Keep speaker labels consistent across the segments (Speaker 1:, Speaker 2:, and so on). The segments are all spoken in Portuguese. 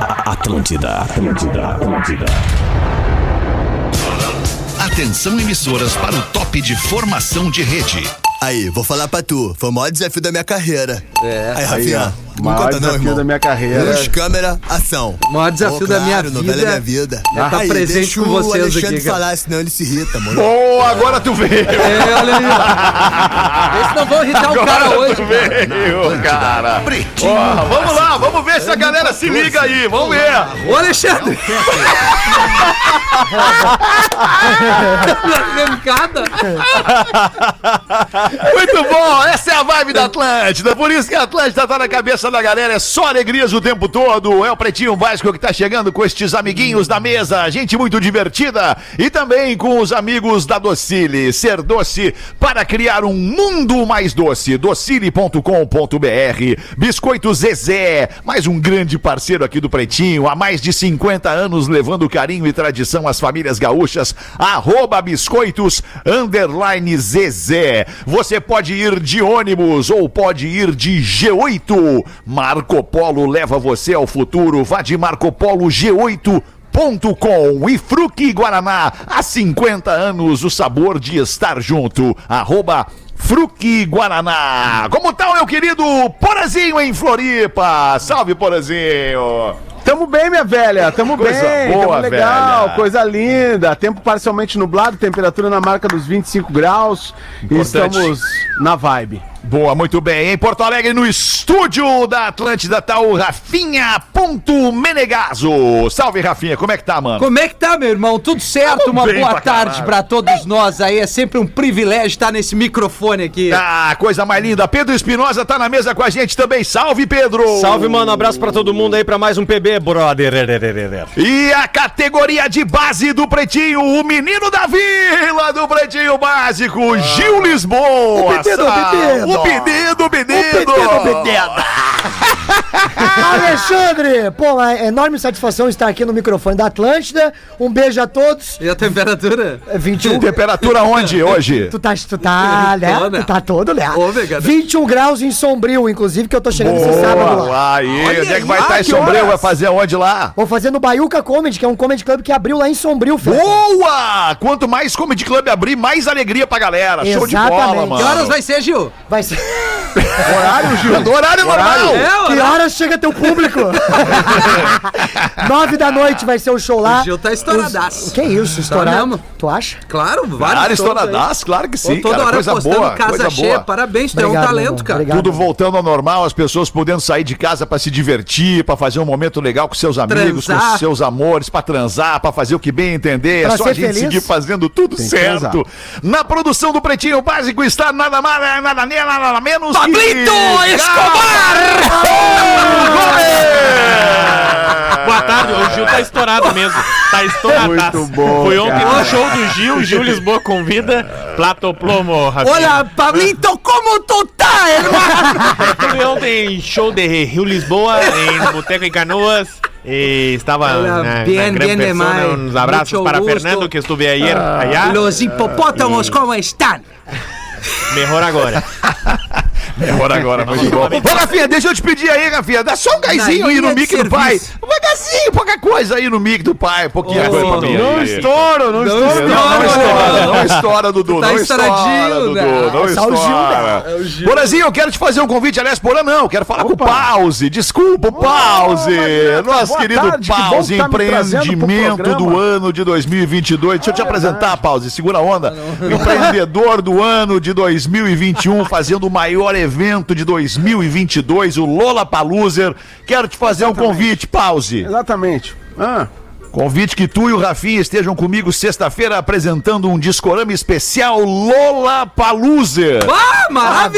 Speaker 1: Atlântida, Atlântida, Atlântida.
Speaker 2: Atenção emissoras para o top de formação de rede.
Speaker 3: Aí, vou falar pra tu. Foi o maior desafio da minha carreira. É. Aí, Rafinha.
Speaker 4: ó, maior desafio da minha carreira.
Speaker 3: Luz, câmera, ação.
Speaker 5: O maior desafio
Speaker 3: Pô,
Speaker 5: da minha
Speaker 3: claro, novela é
Speaker 5: vida
Speaker 3: minha vida.
Speaker 5: é tá
Speaker 3: Aí,
Speaker 5: presente
Speaker 3: deixa
Speaker 5: com
Speaker 3: o
Speaker 5: vocês
Speaker 3: Alexandre
Speaker 5: aqui, cara.
Speaker 3: falar, senão ele se irrita, mano.
Speaker 4: Pô, agora tu veio!
Speaker 5: É, olha aí. ó. Eles não vão irritar o cara
Speaker 4: Agora
Speaker 5: hoje.
Speaker 4: tu veio, cara! Ó, vamos lá, vamos ver se a galera se liga aí, vamos ver!
Speaker 5: Ô, Alexandre! Arrancada!
Speaker 4: Muito bom, essa é a vibe da Atlântida, por isso que a Atlântida tá na cabeça da galera, é só alegrias o tempo todo, é o Pretinho Básico que tá chegando com estes amiguinhos da mesa, gente muito divertida, e também com os amigos da Docile, ser doce para criar um mundo mais doce, docile.com.br, Biscoito Zezé, mais um grande parceiro aqui do Pretinho, há mais de 50 anos levando carinho e tradição às famílias gaúchas, arroba biscoitos, underline Zezé. Você pode ir de ônibus ou pode ir de G8. Marco Polo leva você ao futuro, vá de Marco Polo G8. .com e Fruque Guaraná, há 50 anos o sabor de estar junto. Arroba Fruque Guaraná. Como tá o meu querido Porazinho em Floripa? Salve, Porazinho.
Speaker 6: Tamo bem, minha velha. Tamo
Speaker 4: Coisa
Speaker 6: bem.
Speaker 4: boa,
Speaker 6: tamo legal.
Speaker 4: velha.
Speaker 6: Coisa linda. Tempo parcialmente nublado, temperatura na marca dos 25 graus. E
Speaker 4: Importante.
Speaker 6: estamos na vibe.
Speaker 4: Boa, muito bem. Em Porto Alegre, no estúdio da Atlântida, tá o Rafinha Ponto Menegaso. Salve, Rafinha. Como é que tá, mano?
Speaker 5: Como é que tá, meu irmão? Tudo certo? Uma
Speaker 4: bem
Speaker 5: boa
Speaker 4: pra
Speaker 5: tarde
Speaker 4: caralho.
Speaker 5: pra todos nós aí. É sempre um privilégio estar nesse microfone aqui.
Speaker 4: Ah, coisa mais linda. Pedro Espinosa tá na mesa com a gente também. Salve, Pedro.
Speaker 7: Salve, mano. Abraço pra todo mundo aí pra mais um PB, brother.
Speaker 4: E a categoria de base do Pretinho, o menino da vila do Pretinho Básico, Gil Lisboa.
Speaker 6: O Bededo, o
Speaker 4: Sa- O
Speaker 6: Bededo.
Speaker 4: Bededo, o Bededo.
Speaker 8: Alexandre! Pô, uma enorme satisfação estar aqui no microfone da Atlântida. Um beijo a todos.
Speaker 5: E a temperatura?
Speaker 8: É 21.
Speaker 4: Temperatura onde hoje?
Speaker 8: Tu tá, tu tá, né?
Speaker 5: Tô, né?
Speaker 8: Tu tá todo, né?
Speaker 5: Ômega, né?
Speaker 8: 21 graus em Sombrio, inclusive, que eu tô chegando esse sábado lá.
Speaker 4: Boa, aí,
Speaker 5: Olha
Speaker 4: onde é
Speaker 5: aí,
Speaker 4: que vai estar
Speaker 5: ah,
Speaker 4: esse
Speaker 5: que
Speaker 4: sombrio?
Speaker 5: horas?
Speaker 4: Vai fazer onde lá?
Speaker 8: Vou fazer no Baiuca Comedy, que é um comedy club que abriu lá em Sombrio, Fê.
Speaker 4: Boa! Quanto mais Comedy Club abrir, mais alegria pra galera. Show de
Speaker 8: Exatamente.
Speaker 4: bola,
Speaker 5: Que horas é?
Speaker 4: mano.
Speaker 5: vai ser, Gil?
Speaker 8: Vai ser...
Speaker 4: Horário, Gil? Do horário
Speaker 5: É,
Speaker 4: normal.
Speaker 5: né?
Speaker 8: Que horas chega teu público? Nove da noite vai ser o show lá.
Speaker 5: O Gil tá estouradaço.
Speaker 8: Os- Que isso, estourado?
Speaker 5: mesmo?
Speaker 8: tu acha?
Speaker 5: Claro, vários.
Speaker 4: Horário
Speaker 5: todos aí.
Speaker 4: estouradaço, claro que
Speaker 5: Tô
Speaker 4: sim,
Speaker 5: toda
Speaker 4: cara.
Speaker 5: hora
Speaker 4: Coisa
Speaker 5: postando
Speaker 4: boa,
Speaker 5: casa
Speaker 4: coisa
Speaker 5: cheia.
Speaker 4: boa.
Speaker 5: Parabéns, tu é um
Speaker 8: Obrigado, meu
Speaker 5: talento,
Speaker 8: irmão.
Speaker 5: cara.
Speaker 8: Obrigado.
Speaker 4: Tudo voltando ao normal, as pessoas podendo sair de casa pra se divertir, pra fazer um momento legal com seus amigos, com
Speaker 5: Transar.
Speaker 4: seus amores, pra transar, pra fazer o que bem entender. É
Speaker 8: Pra
Speaker 4: só
Speaker 8: ser
Speaker 4: a gente
Speaker 8: feliz.
Speaker 4: seguir fazendo tudo
Speaker 6: que
Speaker 4: certo. Na produção do Pretinho Básico está nada mais, nada, nem- nada menos que-
Speaker 5: Pablito Escobar!
Speaker 4: Gomes!
Speaker 7: Boa tarde. O Gil tá estourado mesmo. Tá estouradaço.
Speaker 6: Muito bom,
Speaker 7: Foi ontem
Speaker 6: cara.
Speaker 7: no show do Gil. Gil Lisboa convida. Platoplomo, Rafinha.
Speaker 5: Olha, Pablito, como tu tá, irmão?
Speaker 7: Fui ontem em show de Rio Lisboa, em Boteco em Canoas. E estava
Speaker 5: Olha,
Speaker 7: na, na
Speaker 5: bien,
Speaker 7: grande
Speaker 5: bien
Speaker 7: persona.
Speaker 5: demais.
Speaker 7: Uns abraços
Speaker 5: Mucho
Speaker 7: para
Speaker 5: gusto.
Speaker 7: Fernando, que estuve tá ayer
Speaker 6: Ah,
Speaker 7: allá.
Speaker 5: Los hipopótamos, como estão?
Speaker 7: Melhor agora.
Speaker 4: É hora agora, muito bom. Ô, Rafinha, deixa eu te pedir aí, Rafinha. Dá só um gaizinho aí no
Speaker 5: linha de
Speaker 4: mic do pai.
Speaker 5: serviço.
Speaker 4: Um gaizinho, pouca coisa aí no mic do pai. um Pouquinha
Speaker 5: Ô,
Speaker 4: coisa pra mim.
Speaker 6: Não
Speaker 4: aí.
Speaker 6: estouro, não estouro.
Speaker 5: estouro.
Speaker 4: Não, não estoura, não estoura, Dudu.
Speaker 5: tá
Speaker 4: não estoura,
Speaker 5: estouradinho,
Speaker 4: Dudu.
Speaker 5: né?
Speaker 4: Não
Speaker 8: É só o Gil,
Speaker 4: estoura. Porazinho, eu quero te fazer um convite. Aliás, Porã, não. eu Quero falar com o Pause. Desculpa, o Pause.
Speaker 6: Magnata,
Speaker 4: Nosso
Speaker 6: boa
Speaker 4: querido
Speaker 6: tarde, que bom
Speaker 4: Pause.
Speaker 6: tá me trazendo
Speaker 4: empreendimento
Speaker 6: pro
Speaker 4: do
Speaker 6: programa. Ah, é
Speaker 4: ano de 2022. Deixa eu te apresentar, Pause. Segura a onda. Empreendedor do ano de 2021, fazendo o maior evento de 2022, o Lola Paluser. Quero te fazer um convite, Pause.
Speaker 6: Exatamente. Ah,
Speaker 4: Convite que tu e o Rafinha estejam comigo sexta-feira apresentando um discorama especial Lola Paluser.
Speaker 5: Ah,
Speaker 8: Olha que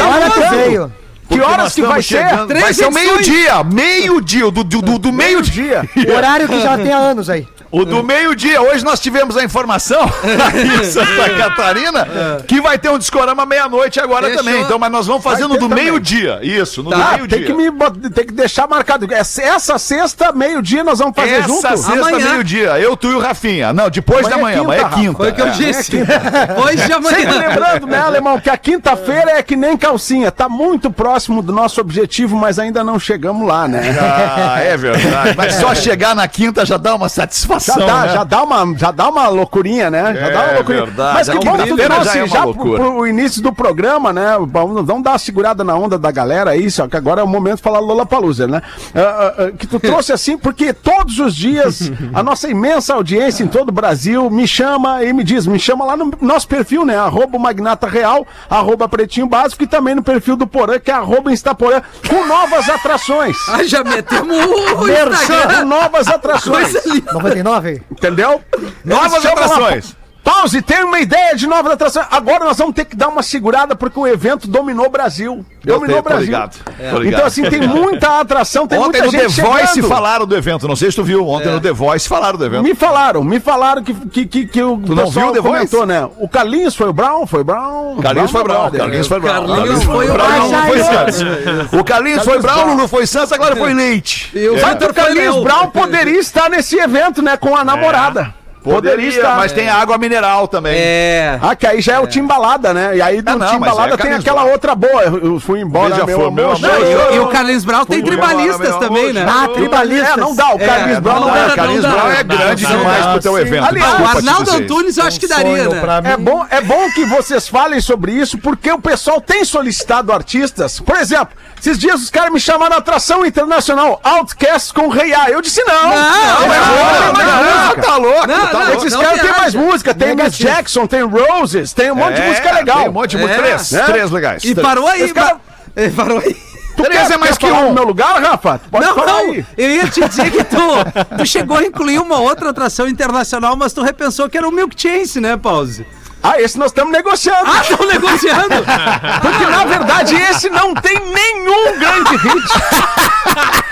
Speaker 5: maravilhoso!
Speaker 8: veio.
Speaker 4: Que
Speaker 6: horas que vai ser?
Speaker 5: Três
Speaker 4: Vai ser o
Speaker 5: edições.
Speaker 4: meio-dia, meio-dia, do, do, do, do meio-dia.
Speaker 6: dia.
Speaker 8: Horário que já tem há anos aí.
Speaker 4: O do meio-dia, hoje nós tivemos a informação aqui em
Speaker 6: É.
Speaker 4: Santa Catarina que vai ter um discorama meia-noite agora
Speaker 5: Fechou.
Speaker 4: também. Então, mas nós vamos fazendo
Speaker 6: Vai ter
Speaker 4: do
Speaker 6: também.
Speaker 4: meio-dia. Isso, no do
Speaker 6: Ah,
Speaker 4: meio-dia.
Speaker 6: tem que, me bot- tem que deixar marcado. Essa essa sexta, meio-dia, nós vamos fazer
Speaker 4: Essa
Speaker 6: junto?
Speaker 4: sexta,
Speaker 5: Amanhã.
Speaker 4: meio-dia, eu, tu e o Rafinha. Não, depois
Speaker 6: Amanhã
Speaker 4: da
Speaker 6: é
Speaker 4: manhã,
Speaker 6: quinta,
Speaker 4: mas é
Speaker 6: Rafa.
Speaker 4: quinta.
Speaker 5: Foi o que eu disse. Hoje de
Speaker 6: Sempre
Speaker 5: amanhã.
Speaker 6: lembrando, né, alemão, que a quinta-feira é que nem calcinha. Tá muito próximo do nosso objetivo, mas ainda não chegamos lá, né?
Speaker 4: Ah, é verdade. Mas só chegar na quinta já dá uma
Speaker 6: Já
Speaker 4: satisfação.
Speaker 6: dá,
Speaker 4: né?
Speaker 6: já dá uma, já dá uma loucurinha, né? Já dá uma
Speaker 4: É
Speaker 6: loucurinha.
Speaker 4: verdade,
Speaker 6: Mas
Speaker 4: é
Speaker 6: que
Speaker 4: uma
Speaker 6: bom que tu
Speaker 4: brincadeira, já
Speaker 6: trouxe
Speaker 4: é
Speaker 6: já,
Speaker 4: uma loucura.
Speaker 6: pro, pro início do programa, né? Vamos, vamos dar uma segurada na onda da galera aí, só que agora é o momento de falar Lollapalooza, né? Ah, ah, ah, que tu trouxe assim, porque todos os dias a nossa imensa audiência em todo o Brasil me chama e me diz, me chama lá no nosso perfil, né? Arroba o Magnata Real, arroba Pretinho Básico e também no perfil do Porã, que é arroba Instaporã, com novas atrações.
Speaker 5: Ah, já metemos o
Speaker 6: Merchan, com
Speaker 5: Instagram.
Speaker 6: novas atrações.
Speaker 5: Coisa linda.
Speaker 8: 99?
Speaker 6: Entendeu?
Speaker 4: Novas
Speaker 6: Eles chamam lá,
Speaker 4: atrações.
Speaker 6: Pause, tem uma ideia de novas atrações. Agora nós vamos ter que dar uma segurada porque o evento dominou o Brasil.
Speaker 4: Eu
Speaker 6: Dominou
Speaker 4: tenho,
Speaker 6: o Brasil.
Speaker 4: tô ligado, tô ligado.
Speaker 6: Então, assim, tem muita atração, tem
Speaker 4: Ontem no
Speaker 6: muita
Speaker 4: The
Speaker 6: gente
Speaker 4: Voice
Speaker 6: chegando.
Speaker 4: falaram do evento. Não sei se tu viu. Ontem
Speaker 5: É.
Speaker 4: no The Voice falaram do evento.
Speaker 6: Me falaram, me falaram que, que, que, que o
Speaker 4: não viu The
Speaker 6: comentou,
Speaker 4: Voice?
Speaker 6: né? O Carlinhos foi o Brown, foi o Brown.
Speaker 4: Carlinhos foi Brown.
Speaker 6: brother.
Speaker 4: Carlinhos foi Brown.
Speaker 5: Carlinhos foi o
Speaker 4: Brown,
Speaker 8: Brown.
Speaker 4: Lulu foi Santos. O Carlinhos foi Brown, Lulu foi Santos, agora foi Leite.
Speaker 5: E o
Speaker 6: Só que
Speaker 5: Vitor
Speaker 6: o Carlinhos
Speaker 5: Leão.
Speaker 6: Brown poderia estar nesse evento, né?
Speaker 4: É.
Speaker 6: Com a namorada.
Speaker 4: Poderia, mas tem água mineral também.
Speaker 5: É.
Speaker 6: Ah, que aí já é, o Timbalada, né? E aí do
Speaker 4: Ah, não, mas aí
Speaker 6: Timbalada
Speaker 4: é
Speaker 6: tem
Speaker 4: camisa.
Speaker 6: aquela outra boa. Eu eu fui embora,
Speaker 4: Veja flor, meu amor.
Speaker 5: Não,
Speaker 6: chorou.
Speaker 5: e, o- e o Carlinhos Brown tem tribalistas também, né?
Speaker 6: Ah, tribalistas. É, não dá. O
Speaker 5: É,
Speaker 6: Carlinhos
Speaker 5: não
Speaker 6: Brown não,
Speaker 5: dá,
Speaker 6: é.
Speaker 5: não
Speaker 4: Carlinhos
Speaker 5: dá.
Speaker 4: Brown é
Speaker 5: Não,
Speaker 4: grande
Speaker 5: não
Speaker 4: demais
Speaker 5: dá,
Speaker 4: pro teu
Speaker 5: sim.
Speaker 4: evento.
Speaker 6: Aliás,
Speaker 5: O
Speaker 4: Desculpa te
Speaker 5: Arnaldo
Speaker 4: dizer.
Speaker 5: Antunes eu acho que daria, né?
Speaker 6: É bom, é bom que vocês falem sobre isso, porque o pessoal tem solicitado artistas. Por exemplo, esses dias os caras me chamaram atração internacional, Outcast com Rei A. Eu disse não.
Speaker 5: não,
Speaker 6: mas agora
Speaker 5: não,
Speaker 6: tem mais
Speaker 5: não,
Speaker 6: música. tá
Speaker 5: Não,
Speaker 6: louco. tá
Speaker 5: não,
Speaker 6: louco. Esses
Speaker 5: não
Speaker 6: caras têm
Speaker 5: viaja.
Speaker 6: mais música. Tem Miss Jackson, tem Roses, tem um monte de
Speaker 4: É,
Speaker 6: música legal.
Speaker 4: Tem um monte de música.
Speaker 5: É.
Speaker 4: Três,
Speaker 6: É.
Speaker 4: três legais.
Speaker 5: E parou aí,
Speaker 6: Esse cara-
Speaker 5: ba- é, parou aí.
Speaker 6: Tu
Speaker 4: Três é mais que
Speaker 6: falar
Speaker 4: um.
Speaker 6: no meu lugar, Rafa? Tu Pode
Speaker 5: não,
Speaker 6: falar
Speaker 5: não,
Speaker 6: aí.
Speaker 5: eu ia te dizer que tu, tu chegou a incluir uma outra atração internacional, mas tu repensou que era o Milk Chance, né, Pause?
Speaker 6: Ah, esse nós estamos negociando.
Speaker 5: Ah, estão negociando!
Speaker 6: Porque na verdade esse não tem nenhum grande hit.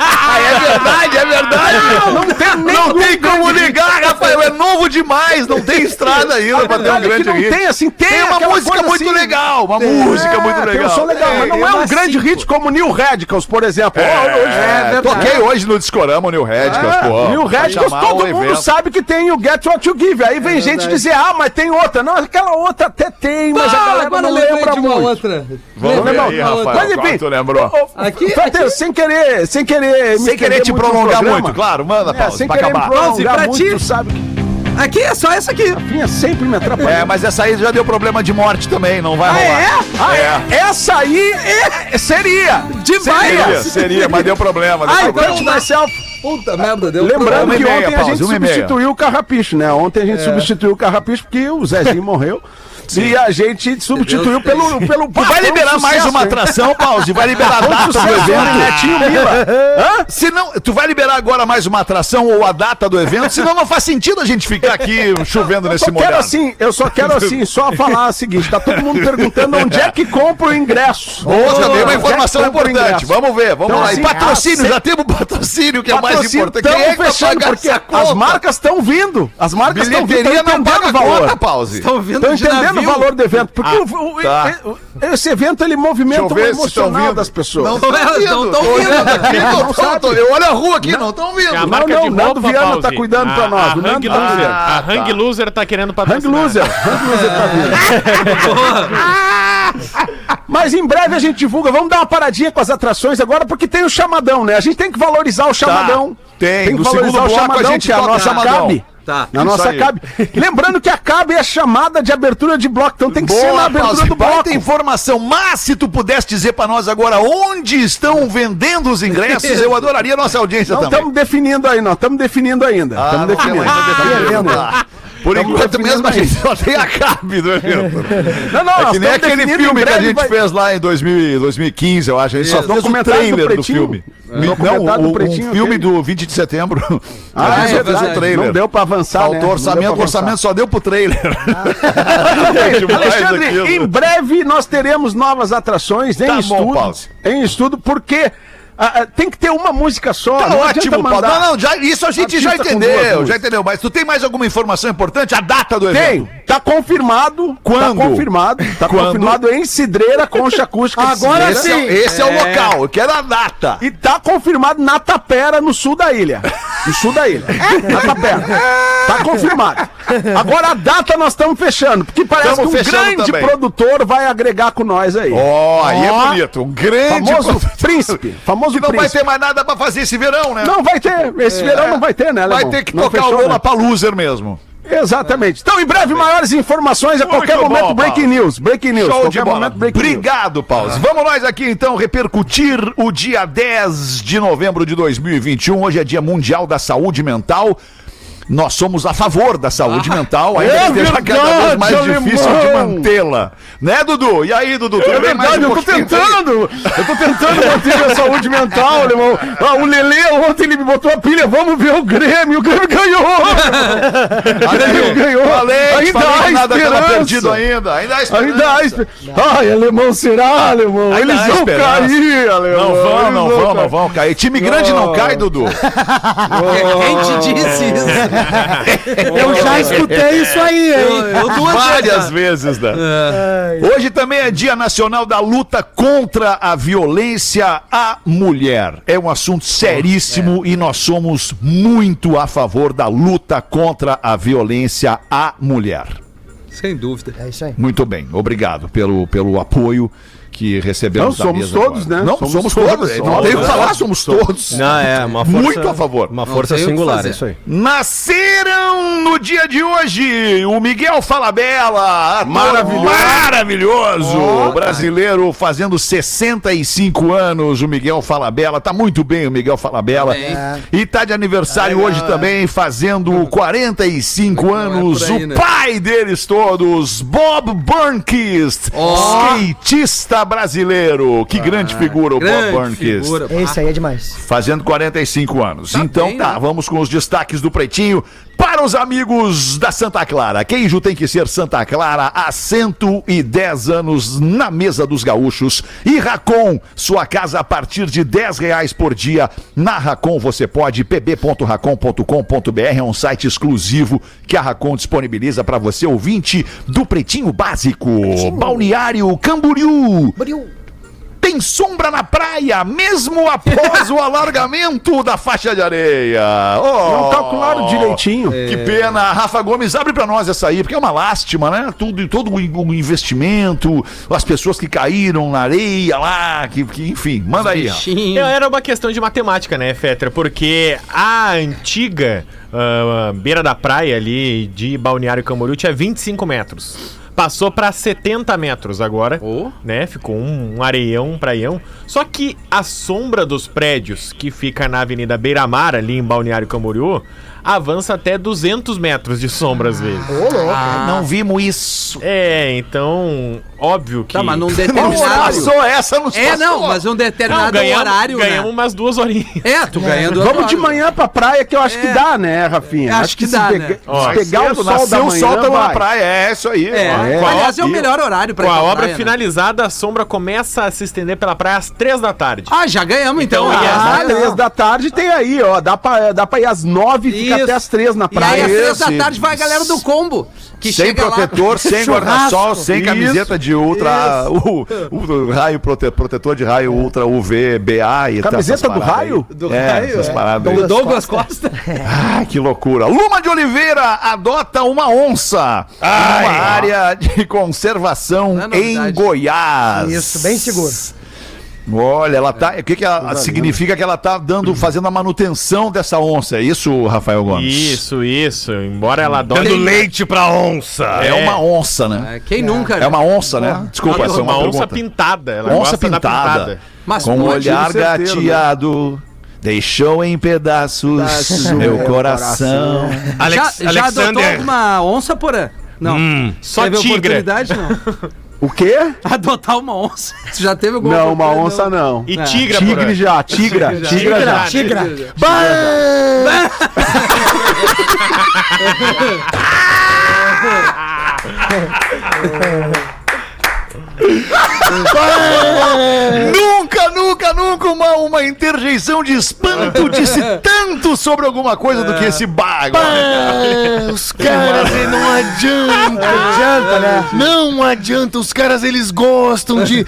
Speaker 4: Ah, é verdade, é verdade.
Speaker 6: Não, não tem nenhum.
Speaker 4: Não tem
Speaker 6: grande
Speaker 4: como
Speaker 6: hit.
Speaker 4: ligar, Rafael. É novo demais. Não tem estrada ainda pra ter um
Speaker 6: Olha que
Speaker 4: grande
Speaker 6: não
Speaker 4: hit.
Speaker 6: tem, assim, tem,
Speaker 4: Tem uma
Speaker 6: aquela
Speaker 4: música
Speaker 6: coisa
Speaker 4: muito
Speaker 6: assim-
Speaker 4: legal. Uma música muito
Speaker 6: É,
Speaker 4: legal.
Speaker 6: Tem um som legal, mas não é, um grande hit como New Radicals, por exemplo. Olha, hoje-
Speaker 4: É, toquei hoje no Discorama, o New Radicals, pô.
Speaker 6: É, New Radicals, todo mundo sabe que tem o Get What You Give. Aí
Speaker 4: É
Speaker 6: vem gente dizer, ah, mas tem outra. Não, aquela outra até tem, mas a galera não
Speaker 5: Ah, lembrei
Speaker 6: lembra
Speaker 5: de uma
Speaker 6: muito.
Speaker 5: outra.
Speaker 4: Vamos
Speaker 5: Lembrei
Speaker 4: ver
Speaker 5: de
Speaker 4: aí,
Speaker 5: uma outra.
Speaker 4: Rafael.
Speaker 6: Mas
Speaker 4: qual
Speaker 6: enfim,
Speaker 4: tu lembrou?
Speaker 5: Aqui-
Speaker 6: Frater, sem querer, sem querer, me
Speaker 4: Sem querer
Speaker 6: estender
Speaker 4: te
Speaker 6: é muito no
Speaker 4: prolongar
Speaker 6: programa.
Speaker 4: muito, claro. Manda,
Speaker 6: É,
Speaker 4: Paulo,
Speaker 6: sem
Speaker 4: pra
Speaker 6: querer me
Speaker 4: acabar.
Speaker 5: Pause, pra
Speaker 6: prolongar muito,
Speaker 5: ti.
Speaker 6: tu sabe que
Speaker 5: Aqui é só essa aqui.
Speaker 6: vinha sempre me atrapalhando.
Speaker 4: É, mas essa aí já deu problema de morte também, não vai
Speaker 5: Ah,
Speaker 4: rolar.
Speaker 6: Ah, é. Essa aí é- seria. Ah,
Speaker 5: Demais!
Speaker 4: Seria, seria, mas deu problema. Deu
Speaker 5: Ai,
Speaker 4: problema.
Speaker 5: então- Puta merda, deu
Speaker 6: Lembrando
Speaker 4: Uma e
Speaker 6: que
Speaker 4: meia,
Speaker 6: ontem a
Speaker 4: Paulo,
Speaker 6: gente
Speaker 4: uma e meia.
Speaker 6: substituiu o Carrapicho, né? Ontem a
Speaker 5: É.
Speaker 6: gente substituiu o Carrapicho porque o Zezinho morreu. E a gente substituiu pelo. pelo
Speaker 4: Tu vai
Speaker 6: um
Speaker 4: liberar mais uma atração, Pause? Vai liberar a data do evento?
Speaker 6: Netinho Mila.
Speaker 4: Se não, tu vai liberar agora mais uma atração ou a data do evento, senão não faz sentido a gente ficar aqui chovendo
Speaker 6: Eu só
Speaker 4: nesse
Speaker 6: quero
Speaker 4: molhado.
Speaker 6: assim, eu só quero assim, só falar o seguinte: tá todo mundo perguntando onde é que compra o ingresso.
Speaker 4: Boa, também uma
Speaker 6: Onde é que
Speaker 4: informação
Speaker 6: compra o
Speaker 4: importante.
Speaker 6: ingresso?
Speaker 4: Vamos ver, vamos
Speaker 6: Então,
Speaker 4: lá.
Speaker 6: assim,
Speaker 4: e patrocínio,
Speaker 6: ah,
Speaker 4: já temos um patrocínio, que é mais importante.
Speaker 6: Estão
Speaker 4: Quem é que vai
Speaker 6: fechando,
Speaker 4: pagar
Speaker 6: porque
Speaker 4: essa
Speaker 6: as
Speaker 4: conta?
Speaker 6: marcas estão vindo. As marcas estão vindo.
Speaker 4: Bilheteria
Speaker 6: tão
Speaker 4: não paga
Speaker 6: entendendo
Speaker 4: conta, Pause.
Speaker 5: Estão vindo
Speaker 6: Estão
Speaker 5: de
Speaker 6: entendendo o
Speaker 5: navio.
Speaker 6: valor do evento. Porque o- o-
Speaker 4: tá.
Speaker 6: e- e- esse evento ele movimenta
Speaker 4: Deixa eu ver
Speaker 6: o
Speaker 4: se tão
Speaker 6: emocional
Speaker 4: vindo.
Speaker 6: das pessoas.
Speaker 4: Não
Speaker 5: Não, elas não
Speaker 4: estão vindo.
Speaker 5: tão vindo.
Speaker 4: Tô olhando aqui,
Speaker 6: Não
Speaker 4: não tão-
Speaker 6: sabe.
Speaker 4: tô- Eu olho a rua aqui, não estão vindo.
Speaker 7: É a marca
Speaker 6: não,
Speaker 7: de
Speaker 6: o Nando
Speaker 7: roupa,
Speaker 6: Viana tá
Speaker 7: Pause.
Speaker 6: cuidando
Speaker 7: a,
Speaker 6: pra nós,
Speaker 7: A
Speaker 6: o
Speaker 7: Hang
Speaker 6: Nando tá
Speaker 7: Loser,
Speaker 6: cuidando.
Speaker 7: a Hang Loser tá querendo
Speaker 6: Hang
Speaker 7: patrocinar.
Speaker 6: Loser. Hang Loser tá vindo. Mas em breve a gente divulga. Vamos dar uma paradinha com as atrações agora, porque tem o chamadão, né? A gente tem que valorizar o chamadão.
Speaker 4: Tá, Tem,
Speaker 6: que
Speaker 4: no
Speaker 6: valorizar
Speaker 4: segundo
Speaker 6: o
Speaker 4: bloco a
Speaker 6: chamadão,
Speaker 4: gente
Speaker 6: que a
Speaker 4: toca
Speaker 6: nossa
Speaker 4: chamadão.
Speaker 6: cabe.
Speaker 5: Tá.
Speaker 6: Na nossa
Speaker 4: aí.
Speaker 6: cabe. Lembrando que a cabe é a chamada de abertura de bloco, então tem que ser na
Speaker 4: Boa,
Speaker 6: abertura
Speaker 4: Pause,
Speaker 6: do bloco. Então
Speaker 4: baita informação. Mas se tu pudesse dizer pra nós agora onde estão vendendo os ingressos, eu adoraria a nossa audiência
Speaker 6: Não
Speaker 4: também.
Speaker 6: estamos definindo aí, não. Estamos definindo ainda.
Speaker 4: Ah,
Speaker 6: Estamos
Speaker 4: não
Speaker 6: definindo.
Speaker 4: temos ainda
Speaker 6: Tamo
Speaker 4: definido.
Speaker 6: definindo.
Speaker 4: Ah, Por
Speaker 6: Tamo
Speaker 4: enquanto
Speaker 6: definindo
Speaker 4: mesmo a
Speaker 6: ainda.
Speaker 4: gente só tem a né, cabe do evento.
Speaker 6: Não, não,
Speaker 4: É
Speaker 6: Ah, nós
Speaker 4: que nem
Speaker 6: estamos
Speaker 4: aquele
Speaker 6: definindo, em
Speaker 4: filme que a
Speaker 6: breve
Speaker 4: gente
Speaker 6: vai-
Speaker 4: fez lá em 2000 e 2015, eu acho. A gente só fez o
Speaker 6: documentário do
Speaker 4: trailer do
Speaker 6: Pretinho.
Speaker 4: filme.
Speaker 6: É.
Speaker 4: Me-
Speaker 6: Documentário
Speaker 4: Não,
Speaker 6: do
Speaker 4: o, o
Speaker 6: Pretinho,
Speaker 4: filme
Speaker 6: aquele.
Speaker 4: do 20 de setembro.
Speaker 6: Ah,
Speaker 4: a
Speaker 6: é
Speaker 4: gente só fez
Speaker 6: verdade.
Speaker 4: o trailer.
Speaker 6: Não deu pra avançar, Ah, né?
Speaker 4: Faltou
Speaker 6: Não deu
Speaker 4: orçamento,
Speaker 6: pra
Speaker 4: o orçamento só deu pro trailer. É demais aquilo.
Speaker 6: Alexandre, em breve nós teremos novas atrações em
Speaker 4: Tá bom,
Speaker 6: estudo.
Speaker 4: Pause.
Speaker 6: em estudo, porque ah, ah, tem que ter uma música só.
Speaker 4: Tá
Speaker 6: não adianta
Speaker 4: ótimo, Paulo.
Speaker 6: mandar.
Speaker 4: Não, não, já- isso a gente já
Speaker 6: Artista com duas
Speaker 4: entendeu,
Speaker 6: luzes.
Speaker 4: já entendeu. Mas tu tem mais alguma informação importante? A data do
Speaker 6: Tem,
Speaker 4: evento?
Speaker 6: tá confirmado.
Speaker 4: Quando?
Speaker 6: Tá confirmado. Tá
Speaker 4: Quando?
Speaker 6: confirmado em Cidreira, Concha Acústica de Cidreira.
Speaker 8: Agora sim.
Speaker 4: Esse, é, esse é o local, eu quero a data.
Speaker 6: assim. E tá confirmado na Tapera, no sul da ilha. No sul da ilha. Na Tapera. Tá confirmado. Agora a data nós estamos fechando, porque parece
Speaker 4: Tamo
Speaker 6: que um
Speaker 4: fechando
Speaker 6: grande
Speaker 4: também.
Speaker 6: produtor vai agregar com nós aí.
Speaker 4: Ó, aí é bonito. Um grande.
Speaker 6: Famoso
Speaker 4: pro-
Speaker 6: príncipe. Famoso
Speaker 4: Que não vai
Speaker 6: príncipe.
Speaker 4: ter mais nada pra fazer esse verão, né?
Speaker 6: Não vai ter. Esse verão não vai ter, né,
Speaker 4: vai
Speaker 6: Alemão?
Speaker 4: ter que
Speaker 6: Não
Speaker 4: tocar
Speaker 6: fechou,
Speaker 4: o
Speaker 6: né?
Speaker 4: Lola Paluser mesmo.
Speaker 6: Exatamente. Então, em breve, maiores informações a
Speaker 4: Muito
Speaker 6: qualquer
Speaker 4: bom,
Speaker 6: momento.
Speaker 4: Paulo.
Speaker 6: Breaking news. Breaking news.
Speaker 4: Show
Speaker 6: qualquer
Speaker 4: de bola.
Speaker 6: momento, breaking news. Ah.
Speaker 4: Obrigado, Paulo. Vamos nós aqui então repercutir o dia 10 de novembro de 2021. Hoje é dia mundial da saúde mental. Nós somos a favor da saúde mental, ainda
Speaker 6: é
Speaker 4: que esteja cada vez
Speaker 6: verdade,
Speaker 4: mais
Speaker 6: alemão.
Speaker 4: difícil de mantê-la. Né, Dudu? E aí, Dudu?
Speaker 6: É verdade,
Speaker 4: um
Speaker 6: eu tô tentando! Eu tô tentando manter minha saúde mental, irmão. Ah, o Lele ontem ele me botou a pilha, vamos ver o Grêmio, o Grêmio ganhou! O Grêmio ganhou!
Speaker 4: Falei,
Speaker 6: ainda
Speaker 4: falei
Speaker 6: há
Speaker 4: que nada tava
Speaker 6: esperança.
Speaker 4: perdido ainda. Ainda há esperança.
Speaker 6: Ainda há esper... Ai, alemão, será, alemão?
Speaker 4: Ainda
Speaker 6: Eles
Speaker 4: há
Speaker 6: vão
Speaker 4: esperança.
Speaker 6: cair, alemão!
Speaker 4: Não vão,
Speaker 6: Eles
Speaker 4: não vão,
Speaker 6: cair.
Speaker 4: não vão cair. Time grande
Speaker 6: Ah.
Speaker 4: não cai, Dudu.
Speaker 5: Quem te disse isso?
Speaker 8: Eu já escutei isso aí, hein?
Speaker 5: Eu- eu duas
Speaker 4: Várias
Speaker 5: vezes.
Speaker 4: vezes, né? Hoje também é Dia Nacional da Luta contra a Violência à Mulher. É um assunto seríssimo e nós somos muito a favor da luta contra a violência à mulher.
Speaker 5: Sem dúvida.
Speaker 8: É isso aí.
Speaker 4: Muito bem, obrigado pelo, pelo apoio que recebemos.
Speaker 6: Não,
Speaker 4: da
Speaker 6: somos
Speaker 4: mesa
Speaker 6: todos,
Speaker 4: agora.
Speaker 6: né?
Speaker 4: Não, somos,
Speaker 6: Somos
Speaker 4: todos. Não
Speaker 6: todos, somos
Speaker 4: tenho o que
Speaker 6: todos.
Speaker 4: falar, somos todos.
Speaker 9: Não, é uma força.
Speaker 4: Muito a favor.
Speaker 9: Uma
Speaker 5: Não
Speaker 9: força
Speaker 5: tem o que
Speaker 9: singular,
Speaker 5: fazer.
Speaker 9: isso aí.
Speaker 4: Nasceram no dia de hoje o Miguel Falabella, ator
Speaker 6: Maravilhoso.
Speaker 4: maravilhoso brasileiro fazendo 65 anos. O Miguel Falabella tá muito bem, o Miguel Falabella.
Speaker 5: bem.
Speaker 4: E tá de aniversário hoje também, fazendo 45
Speaker 5: Não é
Speaker 4: anos,
Speaker 5: por aí,
Speaker 4: o
Speaker 5: né?
Speaker 4: pai deles todos, Bob Burnquist,
Speaker 5: Ó. Ah,
Speaker 4: skatista brasileiro. Que grande figura o
Speaker 5: Grande
Speaker 4: Bob Burnquist.
Speaker 5: figura.
Speaker 8: Esse aí é demais.
Speaker 4: Fazendo 45 anos.
Speaker 5: Tá
Speaker 4: então
Speaker 5: bem,
Speaker 4: tá,
Speaker 5: né?
Speaker 4: vamos com os destaques do Pretinho para os amigos da Santa Clara. Queijo tem que ser Santa Clara há 110 anos na mesa dos gaúchos. E Racon, sua casa a partir de 10 reais por dia. Na Racon você pode pb.racon.com.br é um site exclusivo que a Racon disponibiliza para você, ouvinte do Pretinho Básico. Balneário Camboriú.
Speaker 8: Brilho.
Speaker 4: Tem sombra na praia, mesmo após o alargamento da faixa de areia. Oh,
Speaker 6: Não tá calcularam direitinho. É.
Speaker 4: Que pena. Rafa Gomes, abre pra nós essa aí, porque é uma lástima, né? Tudo, todo o in- o investimento, as pessoas que caíram na areia lá, que, que- enfim, manda aí. Rafa.
Speaker 7: Eu- Era uma questão de matemática, né, Fetra? Porque a antiga ah, beira da praia ali de Balneário Camboriú tinha 25 metros. Passou pra 70 metros agora,
Speaker 5: Oh.
Speaker 7: né? Ficou um, um areião, um praião. Só que a sombra dos prédios que fica na Avenida Beira Mar, ali em Balneário Camboriú, avança até 200 metros de sombra às vezes.
Speaker 4: Não vimos isso.
Speaker 7: É, então, óbvio que...
Speaker 5: Tá, mas num
Speaker 4: Nos
Speaker 5: determinado.
Speaker 4: passou essa, nos
Speaker 5: É,
Speaker 4: passou.
Speaker 5: não, mas um
Speaker 7: Não,
Speaker 5: determinado
Speaker 7: ganhamos,
Speaker 5: horário. né?
Speaker 7: ganhamos umas duas horinhas.
Speaker 5: É, tu ganhando
Speaker 6: Vamos de manhã pra praia, que eu acho que
Speaker 5: É.
Speaker 6: dá, né, Rafinha?
Speaker 5: Acho que dá,
Speaker 6: se
Speaker 5: né?
Speaker 6: pega-
Speaker 7: Ó,
Speaker 6: se pegar o
Speaker 4: Cedo,
Speaker 6: sol da
Speaker 4: nasceu o
Speaker 6: manhã,
Speaker 4: É, sol, tamo na
Speaker 6: vai.
Speaker 4: praia. É isso aí.
Speaker 5: É.
Speaker 4: ó.
Speaker 6: É.
Speaker 5: Aliás, é o melhor horário pra
Speaker 7: Com
Speaker 5: ir
Speaker 7: a
Speaker 5: pra
Speaker 7: obra
Speaker 5: praia, né?
Speaker 7: finalizada, a sombra começa a se estender pela praia às três da tarde.
Speaker 5: Ah, já ganhamos então.
Speaker 7: Então, e
Speaker 5: Ah,
Speaker 6: Ah,
Speaker 7: as-
Speaker 5: não.
Speaker 6: três da tarde tem aí, ó. Dá pra, dá pra ir às nove e fica
Speaker 5: Isso.
Speaker 6: até às três na
Speaker 5: E aí,
Speaker 6: praia.
Speaker 5: às três da
Speaker 4: Esse-
Speaker 5: tarde, vai a galera do combo. Que
Speaker 4: sem
Speaker 5: chega lá-
Speaker 4: protetor, sem guarda-sol, sem
Speaker 6: Isso,
Speaker 4: camiseta de ultra. O, o raio prote- protetor de raio ultra UV, BA e tal,
Speaker 6: Camiseta
Speaker 4: essas
Speaker 6: do
Speaker 4: paradas aí.
Speaker 6: raio?
Speaker 5: Do
Speaker 4: é,
Speaker 5: raio,
Speaker 4: essas
Speaker 5: é.
Speaker 4: paradas. aí.
Speaker 5: Do Douglas Costa.
Speaker 4: Ah, que loucura. Luma de Oliveira adota uma onça em uma área de conservação
Speaker 5: Não é novidade.
Speaker 4: em Goiás.
Speaker 8: Isso, bem seguro.
Speaker 4: Olha, ela tá. O que, que ela significa que ela tá dando, fazendo a manutenção dessa onça? É isso, Rafael Gomes?
Speaker 7: Isso, isso. Embora ela
Speaker 9: Dando
Speaker 7: dói.
Speaker 9: leite pra onça.
Speaker 4: É uma onça, né?
Speaker 5: É, Quem nunca?
Speaker 4: É uma onça, né? Desculpa, essa é uma,
Speaker 7: Uma onça
Speaker 4: pergunta.
Speaker 7: pintada. Ela
Speaker 4: onça
Speaker 7: gosta da
Speaker 4: pintada.
Speaker 5: Mas
Speaker 4: com um
Speaker 5: pode,
Speaker 4: olhar
Speaker 6: certeiro,
Speaker 4: gateado, deixou em pedaços meu coração.
Speaker 9: Alex,
Speaker 5: já, já adotou
Speaker 9: Alexander.
Speaker 5: uma onça, porã? Não.
Speaker 7: Hum, só
Speaker 5: Teve
Speaker 7: tigre.
Speaker 5: oportunidade, não.
Speaker 6: O quê?
Speaker 5: Adotar uma onça. Tu já teve alguma
Speaker 6: Não, uma
Speaker 5: oportunidade,
Speaker 6: onça não.
Speaker 7: E
Speaker 5: É.
Speaker 7: tigra,
Speaker 6: Tigre já, tigra,
Speaker 5: Tigra já.
Speaker 6: tigra já.
Speaker 7: Tigra.
Speaker 5: Tigra.
Speaker 4: nunca, nunca nunca, nunca uma, uma interjeição de espanto disse tanto sobre alguma coisa do que esse bago.
Speaker 10: Ah, os caras eh, não adianta.
Speaker 8: Adianta, né?
Speaker 10: Não adianta, os caras eles gostam de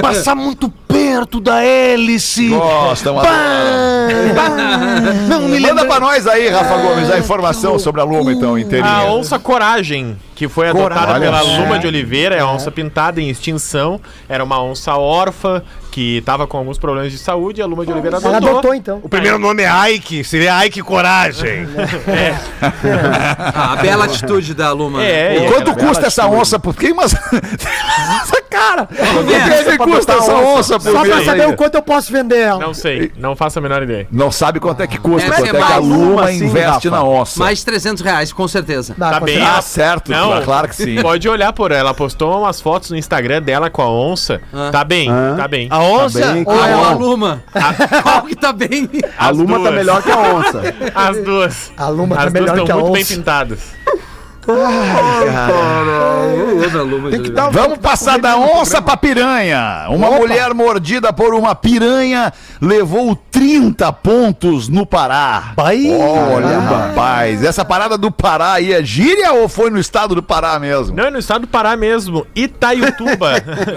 Speaker 10: passar muito perto da hélice.
Speaker 4: Gostam,
Speaker 10: Pá, Não me
Speaker 4: Manda pra
Speaker 10: lembra.
Speaker 4: nós aí, Rafa Gomes, a informação sobre a luma, então, inteirinha.
Speaker 7: A onça coragem, que foi adotada
Speaker 4: Coragem.
Speaker 7: pela
Speaker 4: Olha
Speaker 7: Luma de Oliveira, é uma onça pintada em extinção, era uma onça órfã que estava com alguns problemas de saúde, a Luma de Oliveira
Speaker 8: Ela
Speaker 7: adotou.
Speaker 8: adotou então.
Speaker 9: O primeiro nome é Ike, seria Ike Coragem.
Speaker 5: Ah, a bela atitude da Luma. né?
Speaker 7: É, e
Speaker 4: Quanto
Speaker 7: era-
Speaker 4: custa essa onça? Por que mas essa cara?
Speaker 5: Conversa
Speaker 4: Quanto é que custa essa onça por
Speaker 8: Só pra
Speaker 4: mês?
Speaker 8: saber o quanto eu posso vender ela.
Speaker 7: Não sei, não faço a menor ideia.
Speaker 4: Não sabe quanto é que custa, quanto
Speaker 5: Deve
Speaker 4: é
Speaker 5: ser
Speaker 4: que a
Speaker 5: mais
Speaker 4: Luma
Speaker 6: uma, assim,
Speaker 4: investe
Speaker 6: Rafa.
Speaker 4: na onça.
Speaker 5: Mais 300 reais, com certeza.
Speaker 8: Dá,
Speaker 7: Tá
Speaker 8: com
Speaker 7: bem,
Speaker 8: certeza.
Speaker 4: Ah, certo,
Speaker 7: Não.
Speaker 4: claro, claro que sim.
Speaker 7: Pode olhar por ela, ela postou umas fotos no Instagram dela com a onça. Tá bem, tá bem.
Speaker 9: A onça?
Speaker 6: Bem
Speaker 5: Ou é a
Speaker 6: calma.
Speaker 5: Luma. Qual que tá bem?
Speaker 6: A
Speaker 7: As
Speaker 6: Luma tá
Speaker 7: duas.
Speaker 6: melhor que a onça.
Speaker 7: As duas.
Speaker 8: A Luma tá
Speaker 7: As duas
Speaker 8: melhor
Speaker 7: estão
Speaker 8: que a
Speaker 7: muito bem
Speaker 8: onça.
Speaker 7: pintadas.
Speaker 5: Eu amo a Luma.
Speaker 6: Tem que
Speaker 5: Júlio.
Speaker 9: é
Speaker 6: dar
Speaker 4: Vamos passar da onça pra piranha. Uma mulher mordida por uma piranha levou 30 pontos no Pará. Olha, rapaz, essa parada do Pará aí é gíria ou foi no estado do Pará mesmo?
Speaker 7: Não, é no estado do Pará mesmo. Itaiutuba.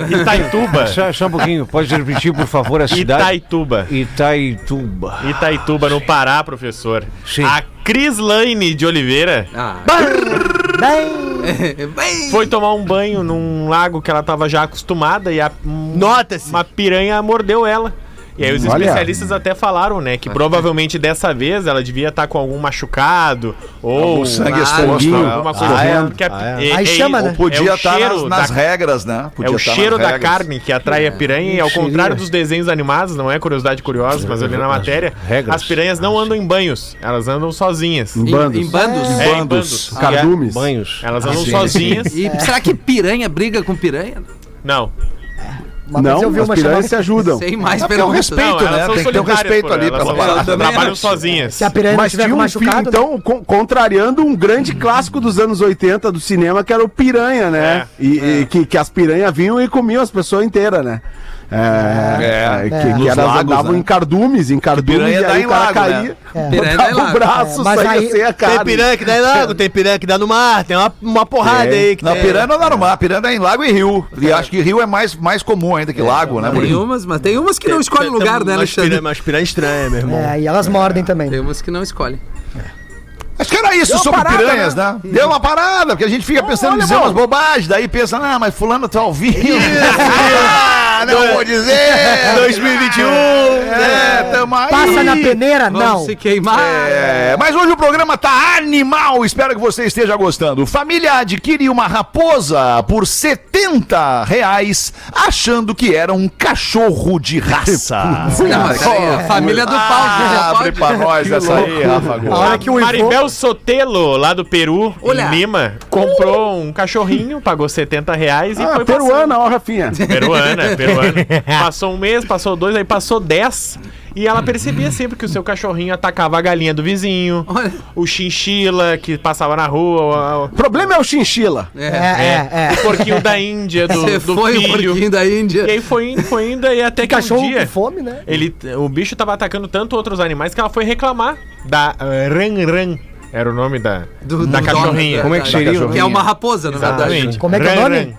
Speaker 7: Itaituba.
Speaker 11: Só, só um pouquinho, pode repetir, por favor, a cidade?
Speaker 7: Itaituba.
Speaker 11: Itaituba.
Speaker 7: Itaituba, no Pará, professor.
Speaker 11: Sim.
Speaker 7: A Cris Lane de Oliveira
Speaker 5: Ah.
Speaker 8: Bem,
Speaker 5: Bem,
Speaker 7: foi tomar um banho num lago que ela estava já acostumada e a, um-
Speaker 9: Nota-se.
Speaker 7: uma piranha mordeu ela. E aí os
Speaker 6: Olha.
Speaker 7: especialistas até falaram, né, que provavelmente dessa vez ela devia estar com algum machucado ou
Speaker 4: O sangue
Speaker 5: Ah,
Speaker 4: exposto.
Speaker 6: sanguinho.
Speaker 4: né?
Speaker 7: alguma coisa
Speaker 6: Ah, é?
Speaker 7: porque a-
Speaker 9: Ah,
Speaker 7: é-
Speaker 8: Aí
Speaker 7: é-
Speaker 8: chama, né?
Speaker 7: é o
Speaker 4: Podia estar
Speaker 7: cheiro
Speaker 4: nas, nas
Speaker 7: da-
Speaker 4: regras, né?
Speaker 7: É
Speaker 4: Podia
Speaker 7: o
Speaker 4: tá nas
Speaker 7: cheiro da
Speaker 4: regras.
Speaker 7: carne que atrai a piranha e ao contrário dos desenhos animados, não é curiosidade curiosa, mas eu li na matéria,
Speaker 11: Regras.
Speaker 7: as piranhas não andam em banhos, elas andam sozinhas.
Speaker 6: Em
Speaker 5: em, em
Speaker 6: bandos.
Speaker 5: bandos.
Speaker 7: É, em bandos.
Speaker 6: Cardumes.
Speaker 11: Banhos.
Speaker 7: Elas andam
Speaker 4: sim.
Speaker 7: sozinhas.
Speaker 5: E será que piranha briga com piranha?
Speaker 7: Não.
Speaker 8: uma vez eu vi
Speaker 6: Não, as
Speaker 8: uma chamada.
Speaker 6: piranhas é se ajudam.
Speaker 5: Sem mais
Speaker 4: Ah, porque é um
Speaker 5: perguntas.
Speaker 4: respeito.
Speaker 7: não, elas
Speaker 4: né?
Speaker 7: são
Speaker 4: Tem que ter um
Speaker 7: solitárias,
Speaker 4: respeito
Speaker 7: pô,
Speaker 4: ali
Speaker 7: elas
Speaker 4: pela
Speaker 7: são-
Speaker 4: parada.
Speaker 7: Elas trabalham sozinhas.
Speaker 8: Se a piranha não
Speaker 6: Mas
Speaker 8: tiver
Speaker 6: tinha
Speaker 8: com
Speaker 6: um filme,
Speaker 8: machucado. né?
Speaker 6: então, con- contrariando um grande clássico dos anos 80 do cinema, que era o Piranha, né? E,
Speaker 8: É.
Speaker 6: e que, que as piranhas vinham e comiam as pessoas inteiras, né? É,
Speaker 8: É,
Speaker 6: que,
Speaker 8: é.
Speaker 6: que
Speaker 4: Nos
Speaker 6: elas
Speaker 4: lagos,
Speaker 6: andavam
Speaker 4: né?
Speaker 6: em cardumes, em cardumes,
Speaker 4: piranha
Speaker 6: e
Speaker 4: dá
Speaker 6: aí
Speaker 4: em
Speaker 6: o cara
Speaker 4: lago,
Speaker 6: caía,
Speaker 8: né? É.
Speaker 5: Piranha dá em
Speaker 6: botava o
Speaker 5: lago.
Speaker 6: braço,
Speaker 8: É, mas
Speaker 6: saía
Speaker 8: aí-
Speaker 6: sem
Speaker 9: Tem
Speaker 6: a carne.
Speaker 9: piranha que dá em lago, tem piranha que dá no mar, tem uma, uma porrada
Speaker 6: Tem.
Speaker 9: aí que
Speaker 4: Na
Speaker 9: tem.
Speaker 4: piranha não dá no mar, piranha é em lago e rio. E acho que rio é mais, mais comum ainda que lago, né,
Speaker 5: Tem
Speaker 4: Murilo?
Speaker 5: umas, mas tem umas que não escolhem
Speaker 9: escolhe
Speaker 5: lugar, né,
Speaker 9: Mas piranha,
Speaker 5: Alexandre?
Speaker 9: mas piranha estranha, meu irmão.
Speaker 8: É, e elas mordem também.
Speaker 5: Tem umas que não escolhem.
Speaker 4: Acho que era isso sobre piranhas, né? Deu uma parada, porque a gente fica pensando em dizer umas bobagens, daí pensa, ah, mas fulano tá ao vivo. ah, não vou dizer. 2021. É, tamo aí.
Speaker 8: Passa na peneira?
Speaker 5: Vamos
Speaker 8: Não.
Speaker 5: se queimar.
Speaker 4: É, mas hoje o programa tá animal, espero que você esteja gostando. Família adquire uma raposa por 70 reais, achando que era um cachorro de raça. Ah,
Speaker 5: Não, mas peraí, a família do pau já
Speaker 4: Abre
Speaker 5: pode.
Speaker 4: pra nós essa aí, Rafa Gomes.
Speaker 8: A hora que o Ivo...
Speaker 7: Maribel Sotelo, lá do Peru,
Speaker 5: Olha.
Speaker 7: em Lima, comprou um cachorrinho, pagou 70 reais e
Speaker 6: Ah,
Speaker 7: foi
Speaker 6: peruana, ó, Rafinha.
Speaker 7: Peruana, peruana. Passou um mês, passou dois, aí passou dez. E ela percebia sempre que o seu cachorrinho atacava a galinha do vizinho,
Speaker 5: Olha.
Speaker 7: o chinchila que passava na rua, o- né?
Speaker 6: O problema é o chinchila.
Speaker 8: É,
Speaker 5: É.
Speaker 8: é, é.
Speaker 7: o porquinho da Índia, do,
Speaker 5: Você
Speaker 7: do
Speaker 5: foi o
Speaker 7: filho.
Speaker 5: porquinho da Índia.
Speaker 7: E aí foi indo, foi indo, e até que um
Speaker 8: Cachorro
Speaker 7: dia...
Speaker 8: com fome, né?
Speaker 7: Ele, o bicho tava atacando tanto outros animais que ela foi reclamar da eh, Ran Ran. Era o nome da,
Speaker 5: Do-
Speaker 7: da
Speaker 5: do
Speaker 7: cachorrinha.
Speaker 5: dono,
Speaker 11: Como é que
Speaker 5: da-
Speaker 11: seria o
Speaker 5: Que é
Speaker 11: cachorrinho?
Speaker 5: uma raposa, na verdade.
Speaker 7: Exatamente.
Speaker 8: Como é que é o nome?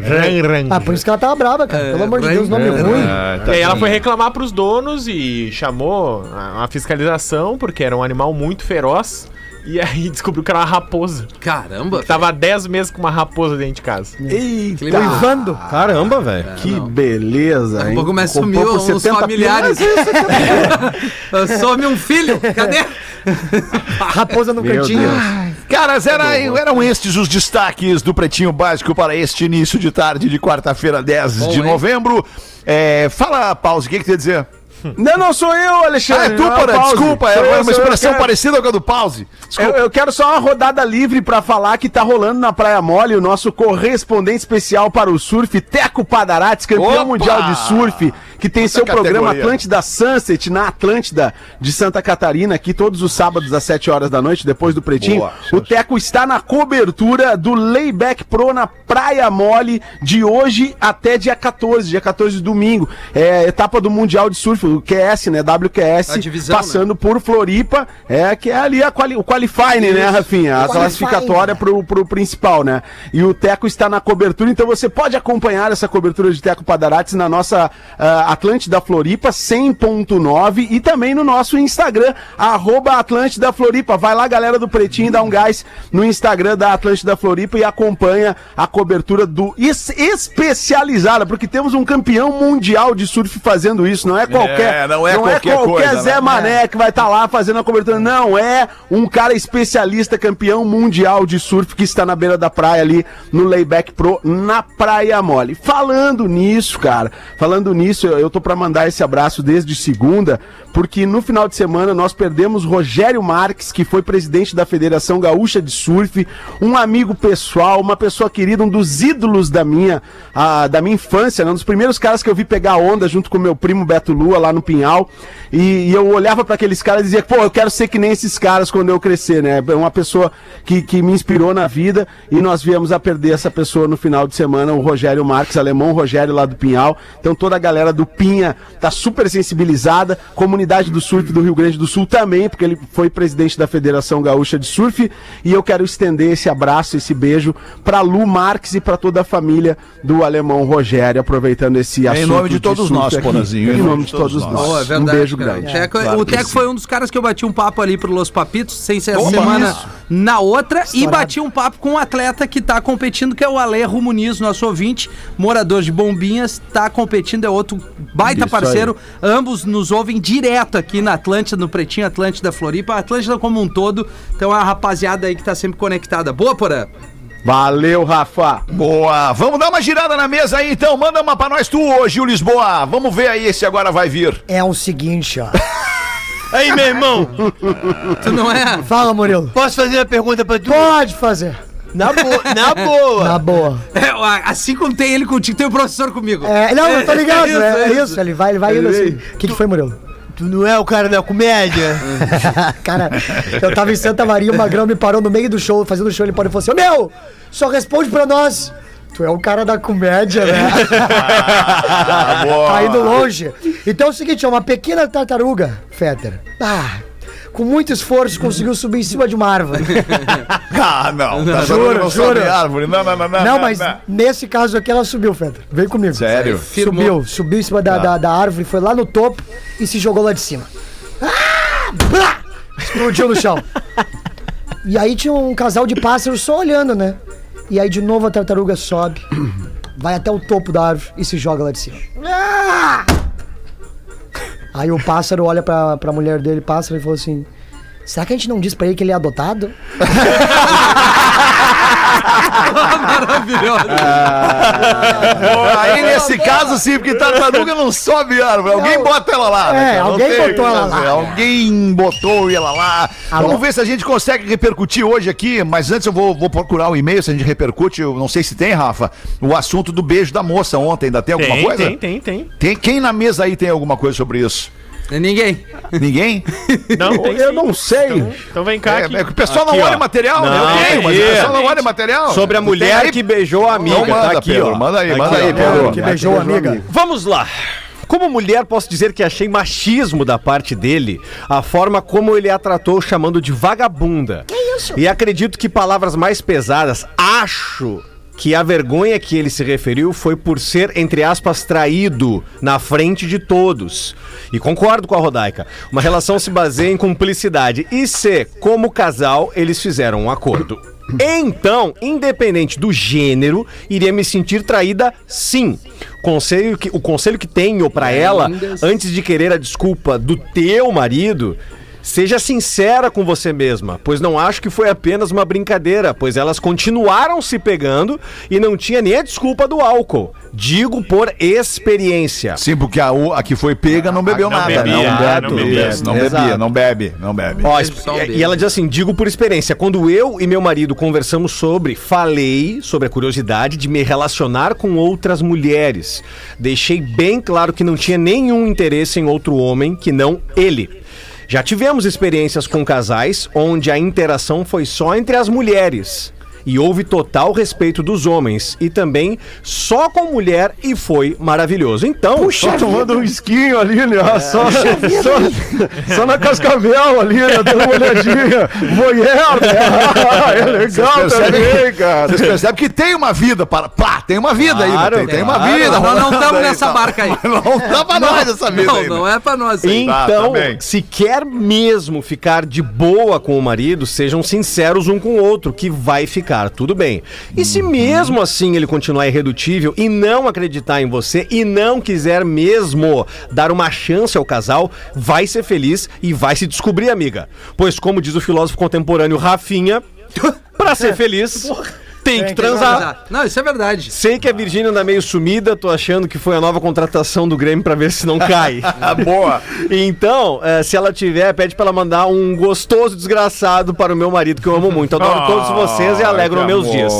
Speaker 7: Ran Ran.
Speaker 8: Ah, por isso que ela tava brava, cara. Pelo amor de Deus, nome
Speaker 5: É,
Speaker 8: ruim.
Speaker 7: Ah, tá. e aí ela foi reclamar pros donos e chamou a, a fiscalização, porque era um animal muito feroz. E aí descobriu que era uma raposa.
Speaker 5: Caramba.
Speaker 7: Tava há 10 meses com uma raposa dentro de casa.
Speaker 5: Clima-
Speaker 8: Ivando.
Speaker 9: Caramba, velho.
Speaker 6: Que beleza,
Speaker 5: Daqui a
Speaker 6: Tá, hein?
Speaker 5: pouco começa a sumir um-
Speaker 6: Comprou por
Speaker 5: uns
Speaker 6: 70
Speaker 5: familiares.
Speaker 6: pila, mas isso-
Speaker 5: Some um filho. Cadê?
Speaker 8: Raposa no
Speaker 6: Meu
Speaker 8: cantinho.
Speaker 6: Deus.
Speaker 4: Caras, era- eram estes os destaques do Pretinho Básico para este início de tarde de quarta-feira, 10 de
Speaker 5: hein?
Speaker 4: novembro. É, fala, Pause, o que, que tu ia dizer?
Speaker 6: Não, não sou eu,
Speaker 4: Ah,
Speaker 6: Alexandre.
Speaker 4: é tu,
Speaker 6: não
Speaker 4: Porã,
Speaker 6: Pause.
Speaker 4: desculpa,
Speaker 6: Sou eu,
Speaker 4: é
Speaker 6: sou
Speaker 4: uma
Speaker 6: eu,
Speaker 4: expressão
Speaker 6: cara.
Speaker 4: parecida com a do Pause.
Speaker 6: Eu, eu quero só uma rodada livre pra falar que tá rolando na Praia Mole o nosso correspondente especial para o surf, Teco Padarates, campeão
Speaker 4: Opa!
Speaker 6: mundial de surf, que tem
Speaker 4: Puta
Speaker 6: seu programa
Speaker 4: categoria.
Speaker 6: Atlântida Sunset na Atlântida de Santa Catarina, aqui todos os sábados às 7 horas da noite, depois do Pretinho.
Speaker 4: Boa,
Speaker 6: o Teco está na cobertura do Layback Pro na Praia Mole de hoje até dia 14, dia 14 de domingo. É etapa do Mundial de Surf, o QS, né? WQS,
Speaker 5: A divisão, né?
Speaker 6: passando por Floripa, é que é ali a quali o qualifying, né, Rafinha? A classificatória pro, pro principal, né? E o Teco está na cobertura, então você pode acompanhar essa cobertura de Teco Padarates na nossa ah, Atlântida Floripa 100.9 e também no nosso Instagram, arroba Atlântida Floripa. Vai lá, galera do Pretinho, dá um gás no Instagram da Atlântida Floripa e acompanha a cobertura do es- especializada, porque temos um campeão mundial de surf fazendo isso, não é qualquer,
Speaker 4: não é qualquer coisa,
Speaker 6: Zé
Speaker 4: né?
Speaker 6: Mané que vai estar lá fazendo a cobertura. Não, é um cara especialista, campeão mundial de surf que está na beira da praia ali no Layback Pro, na Praia Mole. Falando nisso, cara, falando nisso, eu, eu tô pra mandar esse abraço desde segunda, porque no final de semana nós perdemos Rogério Marques, que foi presidente da Federação Gaúcha de Surf, um amigo pessoal, uma pessoa querida, um dos ídolos da minha, ah, da minha infância, né? um dos primeiros caras que eu vi pegar onda junto com meu primo Beto Lua lá no Pinhal. E, e eu olhava pra aqueles caras e dizia, pô, eu quero ser que nem esses caras quando eu crescer, né? É uma pessoa que, que me inspirou na vida e nós viemos a perder essa pessoa no final de semana, o Rogério Marques, alemão Rogério lá do Pinhal. Então toda a galera do Pinha tá super sensibilizada, comunidade do surf do Rio Grande do Sul também, porque ele foi presidente da Federação Gaúcha de Surf. E eu quero estender esse abraço, esse beijo pra Lu Marques e pra toda a família do alemão Rogério, aproveitando esse assunto.
Speaker 4: em nome de todos
Speaker 6: surf
Speaker 4: nós,
Speaker 6: aqui.
Speaker 4: Porazinho,
Speaker 6: Em nome de todos nós.
Speaker 5: Oh, é
Speaker 6: um
Speaker 5: verdade,
Speaker 6: beijo
Speaker 5: cara.
Speaker 6: grande.
Speaker 5: O Teco,
Speaker 4: Claro
Speaker 5: o
Speaker 4: que
Speaker 5: Teco
Speaker 4: sim.
Speaker 5: foi um dos caras que eu bati um papo ali pro Los Papitos, sem ser essa
Speaker 6: Opa,
Speaker 5: semana,
Speaker 6: isso.
Speaker 5: na outra. E bati um papo com um atleta que tá competindo, que é o Ale Rumuniz, nosso ouvinte, morador de Bombinhas, tá competindo, é outro baita
Speaker 6: Isso
Speaker 5: parceiro. Ambos nos ouvem direto aqui na Atlântida, no Pretinho Atlântida Floripa, Atlântida como um todo. Então é a rapaziada aí que tá sempre conectada. Boa, Porã?
Speaker 6: É. Valeu, Rafa.
Speaker 4: Boa, vamos dar uma girada na mesa aí então, manda uma pra nós tu hoje, o Lisboa. Vamos ver aí se agora vai vir.
Speaker 8: É o seguinte, ó.
Speaker 9: Aí, meu irmão,
Speaker 5: Tu não é?
Speaker 8: Fala, Murilo.
Speaker 9: posso fazer uma pergunta pra tu?
Speaker 8: Pode fazer.
Speaker 9: Na, bo- na boa.
Speaker 8: Na boa.
Speaker 5: É, assim como tem ele contigo, tem o professor comigo.
Speaker 8: É, não, eu tô
Speaker 5: É
Speaker 8: ligado.
Speaker 5: isso,
Speaker 8: É,
Speaker 5: é
Speaker 8: é isso. Ele vai, ele vai indo assim. O que, que foi, Murilo?
Speaker 9: Tu não é o cara da comédia?
Speaker 8: Cara, eu tava em Santa Maria, o Magrão me parou no meio do show, fazendo show, ele parou e falou assim, "Ô, meu, só responde pra nós. Tu é o cara da comédia, né? tá indo longe. Então é o seguinte, é uma pequena tartaruga, Fetter. Ah, com muito esforço conseguiu subir em cima de uma árvore.
Speaker 4: Ah, não. Tá
Speaker 8: Juro,
Speaker 4: não
Speaker 8: juro.
Speaker 4: sobe Árvore. Não, não, não, não.
Speaker 8: Não, mas nesse caso aqui ela subiu, Fetter. Vem comigo.
Speaker 4: Sério?
Speaker 5: Firmou.
Speaker 8: Subiu, subiu em cima da, da, da árvore, foi lá no topo e se jogou lá de cima. Ah! Blá! Explodiu no chão. E aí tinha um casal de pássaros só olhando, né? E aí de novo a tartaruga sobe, vai até o topo da árvore e se joga lá de cima. Ah! Aí o pássaro olha pra, pra mulher dele, pássaro, e falou assim: Será que a gente não disse pra ele que ele é adotado?
Speaker 5: Maravilhoso.
Speaker 4: Aí nesse caso sim, porque tartaruga não sobe árvore. Alguém bota ela lá. né,
Speaker 8: É,
Speaker 4: cara? Não
Speaker 8: alguém
Speaker 4: tem o que
Speaker 8: botou ela
Speaker 4: fazer.
Speaker 8: lá.
Speaker 4: Alguém botou ela lá.
Speaker 8: Alô?
Speaker 4: Vamos ver se a gente consegue repercutir hoje aqui, mas antes eu vou, vou procurar o e-mail, se a gente repercute, eu não sei se tem, Rafa, o assunto do beijo da moça ontem. Ainda tem alguma coisa?
Speaker 7: tem, tem, tem.
Speaker 4: Tem- quem na mesa aí tem alguma coisa sobre isso?
Speaker 5: é Ninguém.
Speaker 4: Ninguém?
Speaker 7: Não, tem
Speaker 6: Eu
Speaker 7: sim.
Speaker 6: não sei.
Speaker 7: Então vem cá.
Speaker 4: É,
Speaker 7: aqui.
Speaker 4: é que o pessoal
Speaker 7: Aqui,
Speaker 4: não olha
Speaker 7: ó.
Speaker 4: material, né?
Speaker 7: Não,
Speaker 4: Eu tenho, mas o
Speaker 7: é.
Speaker 4: pessoal não olha material.
Speaker 11: Sobre a
Speaker 4: Tem aí?
Speaker 11: mulher que beijou a amiga.
Speaker 4: Não manda,
Speaker 11: tá aqui,
Speaker 4: Pedro.
Speaker 11: ó.
Speaker 4: Manda aí,
Speaker 11: Tá
Speaker 4: manda
Speaker 11: aqui,
Speaker 4: aí,
Speaker 11: ó.
Speaker 4: Pedro.
Speaker 8: Que beijou a amiga.
Speaker 11: Vamos lá. Como mulher, posso dizer que achei machismo da parte dele a forma como ele a tratou, chamando de vagabunda. Que isso? E acredito que palavras mais pesadas, acho que a vergonha que ele se referiu foi por ser, entre aspas, traído na frente de todos. E concordo com a Rodaica. Uma relação se baseia em cumplicidade. E se, como casal, eles fizeram um acordo. Então, independente do gênero, iria me sentir traída sim. Conselho que,
Speaker 6: assim.
Speaker 11: o conselho que tenho pra ela, antes de querer a desculpa do teu marido,
Speaker 6: Seja sincera com você mesma, pois não acho que foi apenas uma brincadeira, pois elas continuaram se pegando e não tinha nem a desculpa do álcool. Digo por experiência.
Speaker 4: Sim, porque a, o- a que foi pega não bebeu
Speaker 6: não
Speaker 4: nada.
Speaker 6: bebia,
Speaker 4: né?
Speaker 6: não bebia.
Speaker 4: Isso, não
Speaker 6: Exato.
Speaker 4: bebia, não bebe, não bebe.
Speaker 6: Ó, exp- e ela diz assim: digo por experiência. Quando eu e meu marido conversamos sobre, falei sobre a curiosidade de me relacionar com outras mulheres. Deixei bem claro que não tinha nenhum interesse em outro homem que não ele. Já tivemos experiências com casais onde a interação foi só entre as mulheres. E houve total respeito dos homens. E também só com mulher, e foi maravilhoso. Então.
Speaker 12: Só tomando um esquinho ali, né? ó, Só, só, só na cascavel ali, né? Dando uma olhadinha. Voyeur, né? Ah, É legal
Speaker 4: Vocês
Speaker 12: também,
Speaker 4: percebem,
Speaker 12: cara.
Speaker 4: vocês percebem que tem uma vida para. Pá, tem uma vida ainda.
Speaker 6: Claro,
Speaker 4: Tem, tem uma
Speaker 6: claro.
Speaker 4: vida.
Speaker 5: Nós não
Speaker 4: rolando
Speaker 5: estamos
Speaker 4: aí,
Speaker 5: nessa
Speaker 4: tá?
Speaker 5: barca aí.
Speaker 4: Não tá né? pra nós essa vida
Speaker 5: Não,
Speaker 4: ainda.
Speaker 5: não é pra nós aí.
Speaker 6: Então,
Speaker 4: tá bem.
Speaker 6: se quer mesmo ficar de boa com o marido, sejam sinceros um com o outro, que vai ficar tudo bem. E se mesmo assim ele continuar irredutível e não acreditar em você e não quiser mesmo dar uma chance ao casal, vai ser feliz e vai se descobrir, amiga. Pois, como diz o filósofo contemporâneo Rafinha, pra ser feliz. É. Tem que transar.
Speaker 5: Não, isso é verdade.
Speaker 6: Sei que a Virgínia anda meio sumida, tô achando que foi a nova contratação do Grêmio pra ver se não cai.
Speaker 4: Ah, boa.
Speaker 6: Então, eh, se ela tiver, pede pra ela mandar um gostoso desgraçado para o meu marido, que eu amo muito. Adoro
Speaker 12: Ah,
Speaker 6: todos vocês e alegro
Speaker 4: que
Speaker 6: meus
Speaker 4: amor,
Speaker 6: dias.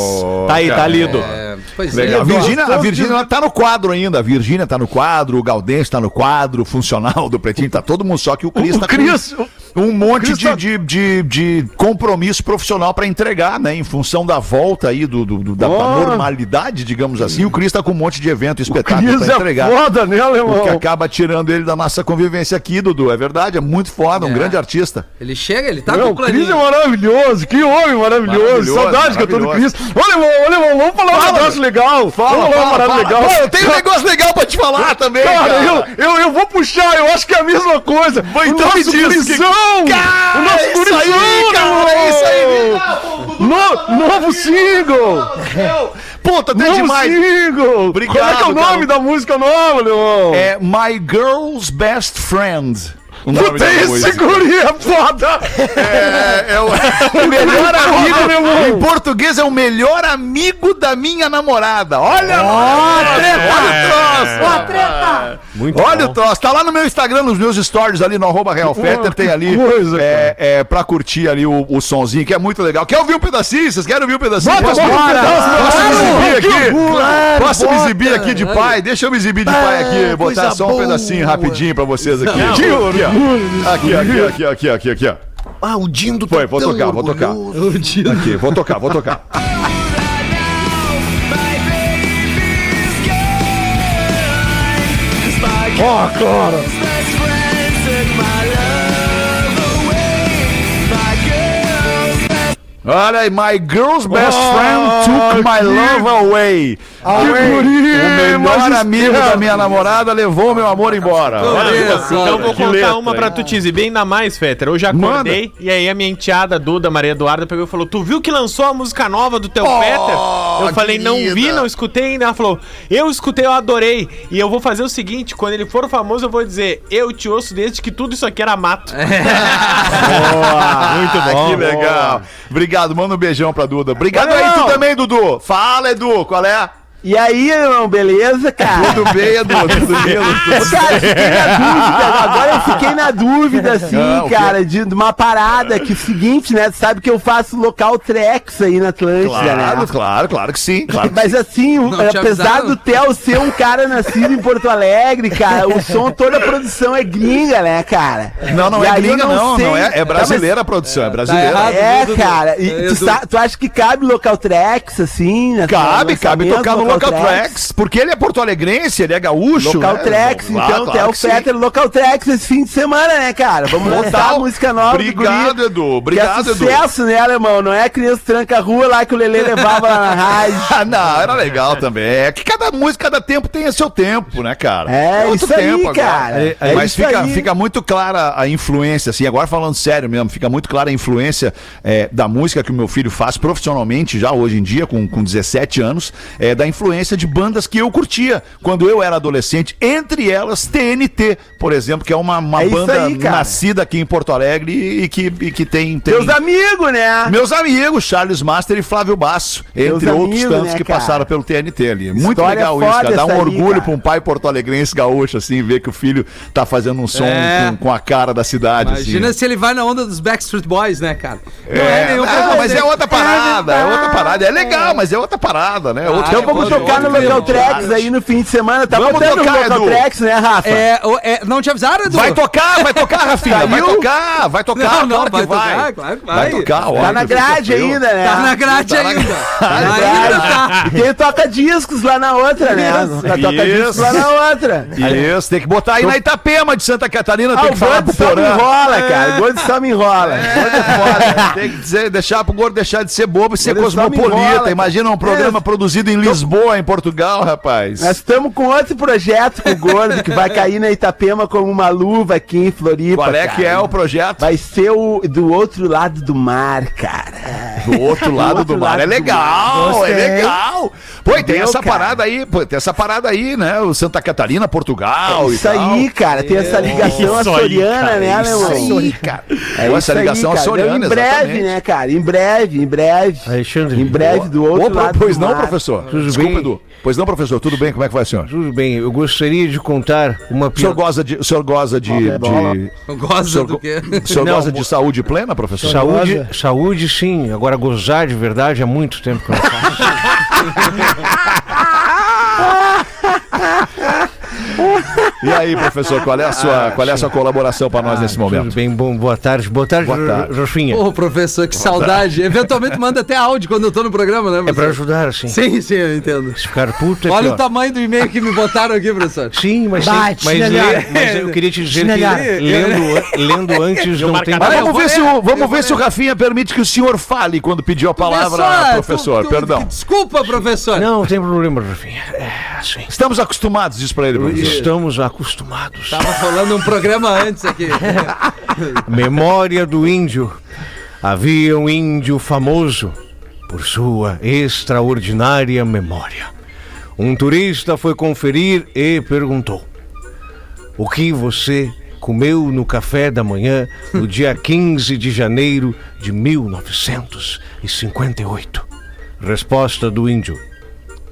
Speaker 6: Tá aí, tá
Speaker 4: cara.
Speaker 6: lido.
Speaker 5: É, pois
Speaker 4: Legal.
Speaker 5: é.
Speaker 4: A Virgínia, a Virgínia ela tá no quadro ainda. A Virgínia tá no quadro, o Gaudense tá no quadro, o funcional do Pretinho tá todo mundo, só que o Cris
Speaker 12: O
Speaker 4: tá
Speaker 12: Cris, tá
Speaker 4: com um monte de, de, de, de compromisso profissional pra entregar, né? Em função da volta aí do, do- do- da, da
Speaker 12: Oh.
Speaker 4: normalidade, digamos assim. O Cris tá com um monte de evento, espetáculo
Speaker 12: Cris
Speaker 4: pra
Speaker 12: é
Speaker 4: entregar.
Speaker 12: foda, né,
Speaker 4: O que
Speaker 12: alemão?
Speaker 4: acaba tirando ele da nossa convivência aqui, Dudu. É verdade, é muito foda, um
Speaker 5: É.
Speaker 4: grande artista.
Speaker 5: Ele chega, ele tá
Speaker 12: Não,
Speaker 5: com
Speaker 12: o
Speaker 5: o
Speaker 12: Cris é
Speaker 5: planinho.
Speaker 12: maravilhoso, que homem maravilhoso.
Speaker 4: Maravilhoso,
Speaker 12: Saudade que eu tô do Cris.
Speaker 4: maravilhoso.
Speaker 12: Olha, irmão, olha, irmão, vamos falar um negócio legal. vamos falar um negócio legal.
Speaker 4: Pô, eu tenho um negócio legal pra te falar também,
Speaker 12: Cara,
Speaker 4: cara.
Speaker 12: Eu, eu, eu vou puxar, eu acho que é a mesma coisa.
Speaker 4: Vai, então me diz que-
Speaker 12: gurizão! o nosso
Speaker 4: é isso
Speaker 12: gurizão!
Speaker 4: aí, cara, é isso aí,
Speaker 12: No- novo single!
Speaker 4: Puta, tá até
Speaker 12: Novo
Speaker 4: demais.
Speaker 12: single!
Speaker 4: Obrigado,
Speaker 12: Como é que é o
Speaker 4: cara.
Speaker 12: nome da música nova, Leon?
Speaker 4: É My Girl's Best Friend. O
Speaker 12: Puta, esse guri é foda!
Speaker 4: É, é o, é o melhor
Speaker 12: Olha, meu
Speaker 4: amigo.
Speaker 12: irmão.
Speaker 4: Em português é o melhor amigo da minha namorada. Olha,
Speaker 12: É,
Speaker 4: olha, olha o troço. Ó, a treta. olha o troço. Tá lá no meu Instagram, nos meus stories ali no arroba Real Fetter, tem ali
Speaker 12: coisa,
Speaker 4: é, é, pra curtir ali o, o sonzinho, que é muito legal. Quer ouvir um pedacinho? Vocês querem ouvir um pedacinho?
Speaker 12: Bota,
Speaker 4: Posso-
Speaker 12: bota um pedaço,
Speaker 4: Posso
Speaker 12: claro,
Speaker 4: me exibir
Speaker 12: que
Speaker 4: aqui?
Speaker 12: claro,
Speaker 4: Posso me
Speaker 12: bota.
Speaker 4: exibir aqui de pai? Deixa eu me exibir de pai aqui. Botar só um pedacinho rapidinho pra vocês aqui. Aqui, ó. Aqui, aqui, aqui, aqui, aqui, aqui, ó.
Speaker 11: Ah, o Dindo
Speaker 4: Foi, vou tocar, vou tocar. Aqui, vou tocar, vou tocar.
Speaker 12: Ó, cara!
Speaker 4: Olha aí, my girl's best
Speaker 12: Oh,
Speaker 4: friend took my
Speaker 12: que-
Speaker 4: love away.
Speaker 12: Que
Speaker 4: O
Speaker 12: guri!
Speaker 4: melhor
Speaker 12: mais
Speaker 4: amigo
Speaker 12: esperto.
Speaker 4: da minha namorada levou meu amor embora.
Speaker 5: Olha só,
Speaker 7: Então eu vou
Speaker 4: que
Speaker 7: contar
Speaker 4: letra,
Speaker 7: uma
Speaker 4: hein?
Speaker 7: pra tu te exibir ainda mais, Fetter. Hoje acordei e aí a minha enteada Duda, Maria Eduarda, pegou e falou: Tu viu que lançou a música nova do teu Fetter? Eu falei, não vi, não escutei ainda. Ela falou, eu escutei, eu adorei. E eu vou fazer o seguinte: quando ele for famoso, eu vou dizer, eu te ouço desde que tudo isso aqui era mato.
Speaker 4: Boa, muito bom. Que legal. Obrigado, manda um beijão pra Duda. Obrigado aí, tu também, Dudu. Fala, Edu, qual é?
Speaker 13: E aí, irmão, beleza, cara?
Speaker 4: Tudo bem, Edu? Tudo bem, Edu?
Speaker 13: Cara, eu fiquei na dúvida. Agora eu fiquei na dúvida, assim,
Speaker 4: Ah, o quê?
Speaker 13: cara, de, de uma parada que é o seguinte, né? Tu sabe que eu faço local tracks aí na Atlântida, né?
Speaker 4: Claro, claro, claro que sim. Claro que
Speaker 13: Mas assim, o-
Speaker 5: Não te
Speaker 13: apesar
Speaker 5: avisaram?
Speaker 13: do Theo ser um cara nascido em Porto Alegre, cara, o som, toda a produção é gringa, né, cara?
Speaker 4: Não, não
Speaker 13: E
Speaker 4: é
Speaker 13: aí eu
Speaker 4: gringa, não.
Speaker 13: sei-
Speaker 4: Não é, é
Speaker 13: Tá, mas-
Speaker 4: brasileira a produção, é brasileira.
Speaker 5: errado.
Speaker 13: É,
Speaker 5: Dudu, Dudu.
Speaker 13: cara. E
Speaker 5: É,
Speaker 13: tu,
Speaker 5: Edu.
Speaker 13: sa- tu acha que cabe local tracks, assim? né?
Speaker 4: Cabe,
Speaker 13: Lançamento,
Speaker 4: cabe tocar no Local Tracks, porque ele é porto-alegrense, ele é gaúcho.
Speaker 13: Local
Speaker 4: né?
Speaker 13: Tracks,
Speaker 4: Lá,
Speaker 13: então,
Speaker 4: claro
Speaker 13: Theo
Speaker 4: que sim.
Speaker 13: Fetter, Local Tracks esse fim de semana, né, cara? Vamos lançar a
Speaker 4: Total.
Speaker 13: música nova do
Speaker 4: Obrigado,
Speaker 13: guri,
Speaker 4: Edu.
Speaker 13: que
Speaker 4: Obrigado,
Speaker 13: é
Speaker 4: Edu.
Speaker 13: sucesso, né, alemão? Não é criança tranca-rua lá que o Lelê levava lá na rádio.
Speaker 4: Ah, não, era legal também. É que cada música, cada tempo tem seu tempo, né, cara?
Speaker 13: É
Speaker 4: outro
Speaker 13: isso aí, cara. É- é
Speaker 4: Mas
Speaker 13: isso
Speaker 4: fica,
Speaker 13: aí.
Speaker 4: fica muito clara a influência, assim, agora falando sério mesmo, fica muito clara a influência é, da música que o meu filho faz profissionalmente já hoje em dia, com, com 17 anos, é, da, inf- influência de bandas que eu curtia quando eu era adolescente, entre elas TNT, por exemplo, que é uma, uma
Speaker 9: É isso
Speaker 4: banda
Speaker 9: aí, cara.
Speaker 4: nascida aqui em Porto Alegre e, e que, e que tem, tem-
Speaker 9: Teus amigos, né?
Speaker 4: Meus amigos, Charles Master e Flávio Basso,
Speaker 9: Meus
Speaker 4: entre outros
Speaker 9: amigos,
Speaker 4: tantos
Speaker 9: né,
Speaker 4: que
Speaker 9: cara?
Speaker 4: passaram pelo TNT ali. Muito
Speaker 9: História
Speaker 4: legal
Speaker 9: foda
Speaker 4: isso, cara. Dá um
Speaker 9: essa aí,
Speaker 4: orgulho
Speaker 9: cara.
Speaker 4: pra um pai porto-alegrense gaúcho, assim, ver que o filho tá fazendo um som
Speaker 5: É.
Speaker 4: com, com a cara da cidade,
Speaker 5: Imagina
Speaker 4: assim.
Speaker 5: se ele vai na onda dos Backstreet Boys, né, cara? Não
Speaker 4: É,
Speaker 5: nenhum
Speaker 4: não,
Speaker 5: problema.
Speaker 4: mas é outra parada, é outra parada. É legal, mas é outra parada, né? Outro
Speaker 5: Ah,
Speaker 9: Então
Speaker 4: tipo
Speaker 5: é
Speaker 9: vamos
Speaker 4: de-
Speaker 9: tocar no
Speaker 4: outro
Speaker 9: Local
Speaker 4: tipo de
Speaker 9: Tracks
Speaker 4: arte.
Speaker 9: aí no fim de semana. Tá
Speaker 4: Vamos
Speaker 9: botando
Speaker 4: tocar,
Speaker 9: no Local
Speaker 4: Edu.
Speaker 9: Tracks, né, Rafa?
Speaker 5: É, o- é, não te avisaram, Edu?
Speaker 4: Vai tocar, vai tocar, Rafinha. Vai
Speaker 9: Saiu?
Speaker 4: tocar, vai tocar,
Speaker 5: Não, não,
Speaker 4: claro que vai.
Speaker 5: vai tocar, claro que
Speaker 4: Vai
Speaker 5: vai.
Speaker 4: tocar,
Speaker 9: Tá na grade ainda, né?
Speaker 5: Tá na grade
Speaker 4: Tá na
Speaker 5: ainda.
Speaker 4: grade.
Speaker 5: Ainda tá.
Speaker 9: E tem toca-discos lá na outra, né? Toca-discos
Speaker 4: Isso.
Speaker 9: lá na outra.
Speaker 4: Isso, tem que botar aí na Itapema de Santa Catarina,
Speaker 9: Ah,
Speaker 4: tem
Speaker 9: o
Speaker 4: que falar pro
Speaker 9: Gordo só me
Speaker 4: Porã. É.
Speaker 9: enrola, cara. O Gordo só me enrola.
Speaker 4: Foda, né? tem que dizer, deixar pro gordo deixar de ser bobo e ser
Speaker 9: Ele só me
Speaker 4: cosmopolita.
Speaker 9: enrola,
Speaker 4: Imagina um programa produzido em Lisboa, em Portugal, rapaz.
Speaker 9: Nós estamos com outro projeto com o Gordo que vai cair na Itapema como uma luva aqui em Floripa.
Speaker 4: Qual é que é
Speaker 9: cara.
Speaker 4: o projeto?
Speaker 9: Vai ser o do outro lado do mar, cara.
Speaker 4: Do outro lado do
Speaker 9: outro
Speaker 4: mar.
Speaker 9: lado
Speaker 4: É
Speaker 9: do
Speaker 4: legal,
Speaker 9: mar. Gostei.
Speaker 4: é legal. Pô, e tem
Speaker 9: Entendeu,
Speaker 4: essa
Speaker 9: cara?
Speaker 4: parada aí, pô, tem essa parada aí, né? O Santa Catarina, Portugal. e
Speaker 9: É Isso
Speaker 4: tal. É
Speaker 9: aí, cara. Tem essa ligação
Speaker 7: Isso aí,
Speaker 9: açoriana,
Speaker 7: cara, é
Speaker 9: né, meu irmão?
Speaker 4: cara.
Speaker 9: É
Speaker 4: Pô,
Speaker 9: isso
Speaker 4: essa
Speaker 9: aí,
Speaker 4: ligação
Speaker 9: cara.
Speaker 4: açoriana,
Speaker 9: Em breve,
Speaker 4: exatamente.
Speaker 9: né, cara? Em breve, em breve.
Speaker 11: Alexandre.
Speaker 9: Em breve do outro
Speaker 4: Opa,
Speaker 9: lado
Speaker 4: pois
Speaker 9: do
Speaker 4: não,
Speaker 9: mar.
Speaker 4: professor.
Speaker 11: Tudo
Speaker 4: Desculpa,
Speaker 11: bem?
Speaker 4: Edu. Pois não, professor. Tudo bem? Como é que vai, senhor?
Speaker 11: Tudo bem, eu gostaria de contar uma
Speaker 4: O senhor
Speaker 11: piada.
Speaker 4: goza de. O senhor goza de.
Speaker 9: é
Speaker 4: de
Speaker 5: Gosta do quê?
Speaker 4: o senhor
Speaker 11: Não,
Speaker 4: goza de saúde plena, professor?
Speaker 11: Saúde, saúde sim, agora gozar de verdade há muito tempo que eu não faço.
Speaker 4: E aí, professor, qual é a
Speaker 5: Ah,
Speaker 4: sua, qual é a sua colaboração para nós nesse
Speaker 11: Tudo
Speaker 4: momento?
Speaker 11: bem, bom, boa tarde. Boa tarde,
Speaker 4: Boa tarde.
Speaker 11: Ro- Rafinha.
Speaker 5: Ô, professor, que saudade. Eventualmente manda até áudio quando eu tô no programa, né?
Speaker 11: É pra
Speaker 5: professor?
Speaker 11: ajudar, assim.
Speaker 5: Sim, sim, eu entendo.
Speaker 11: Se ficar puto é
Speaker 5: Olha
Speaker 11: pior.
Speaker 5: o tamanho do e-mail que me botaram aqui, professor.
Speaker 11: Sim, mas, sim,
Speaker 8: Bate,
Speaker 11: mas,
Speaker 8: chinelhada.
Speaker 11: le- mas eu queria te dizer
Speaker 8: Chinelhada.
Speaker 11: que lendo, lendo antes não tem...
Speaker 4: Mas
Speaker 5: Ah, eu
Speaker 4: vamos
Speaker 5: vou
Speaker 4: ver,
Speaker 5: ler,
Speaker 4: se o,
Speaker 5: eu
Speaker 4: vamos
Speaker 5: vou
Speaker 4: ver se o
Speaker 5: ler.
Speaker 4: Rafinha permite que o senhor fale quando pedir a palavra, professor.
Speaker 5: Professor, tu- tu-
Speaker 4: perdão.
Speaker 5: Desculpa, professor.
Speaker 11: Não, não tem problema, Rafinha. É assim.
Speaker 4: Estamos acostumados, diz para ele, professor.
Speaker 11: Estamos acostumados.
Speaker 5: Tava falando um programa antes aqui.
Speaker 11: Memória do índio. Havia um índio famoso por sua extraordinária memória. Um turista foi conferir e perguntou: O que você comeu no café da manhã no dia 15 de janeiro de 1958? Resposta do índio: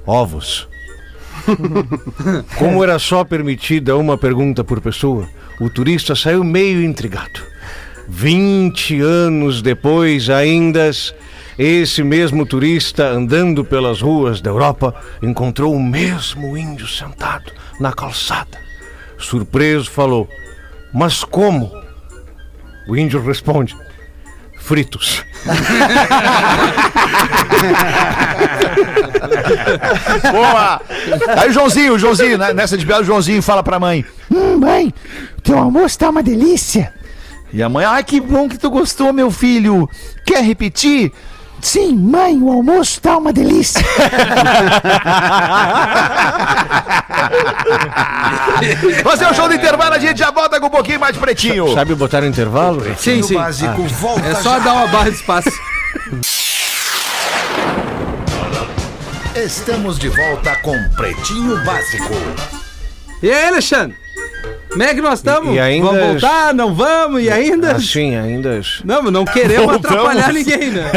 Speaker 11: Ovos. Como era só permitida uma pergunta por pessoa, o turista saiu meio intrigado. 20 anos depois, ainda, esse mesmo turista, andando pelas ruas da Europa, encontrou o mesmo índio sentado na calçada. Surpreso, falou: Mas como? O índio responde: Fritos.
Speaker 4: Boa! Aí o Joãozinho, o Joãozinho, né, nessa de piada, o Joãozinho fala pra mãe: Hum, mãe, teu almoço tá uma delícia. E a mãe, ai que bom que tu gostou, meu filho. Quer repetir? Sim, mãe, o almoço tá uma delícia. Fazer o show do intervalo, a gente já volta com um pouquinho mais de pretinho.
Speaker 11: Sabe botar intervalo?
Speaker 5: Sim, sim. É só dar uma barra de espaço.
Speaker 2: Estamos de volta com Pretinho Básico.
Speaker 5: E aí, Alexandre? Como é que nós estamos?
Speaker 11: E- e ainda-
Speaker 5: Vamos voltar? Não vamos? E ainda?
Speaker 11: Assim, ainda.
Speaker 5: Não, mas não queremos
Speaker 4: Voltamos.
Speaker 5: atrapalhar ninguém, né?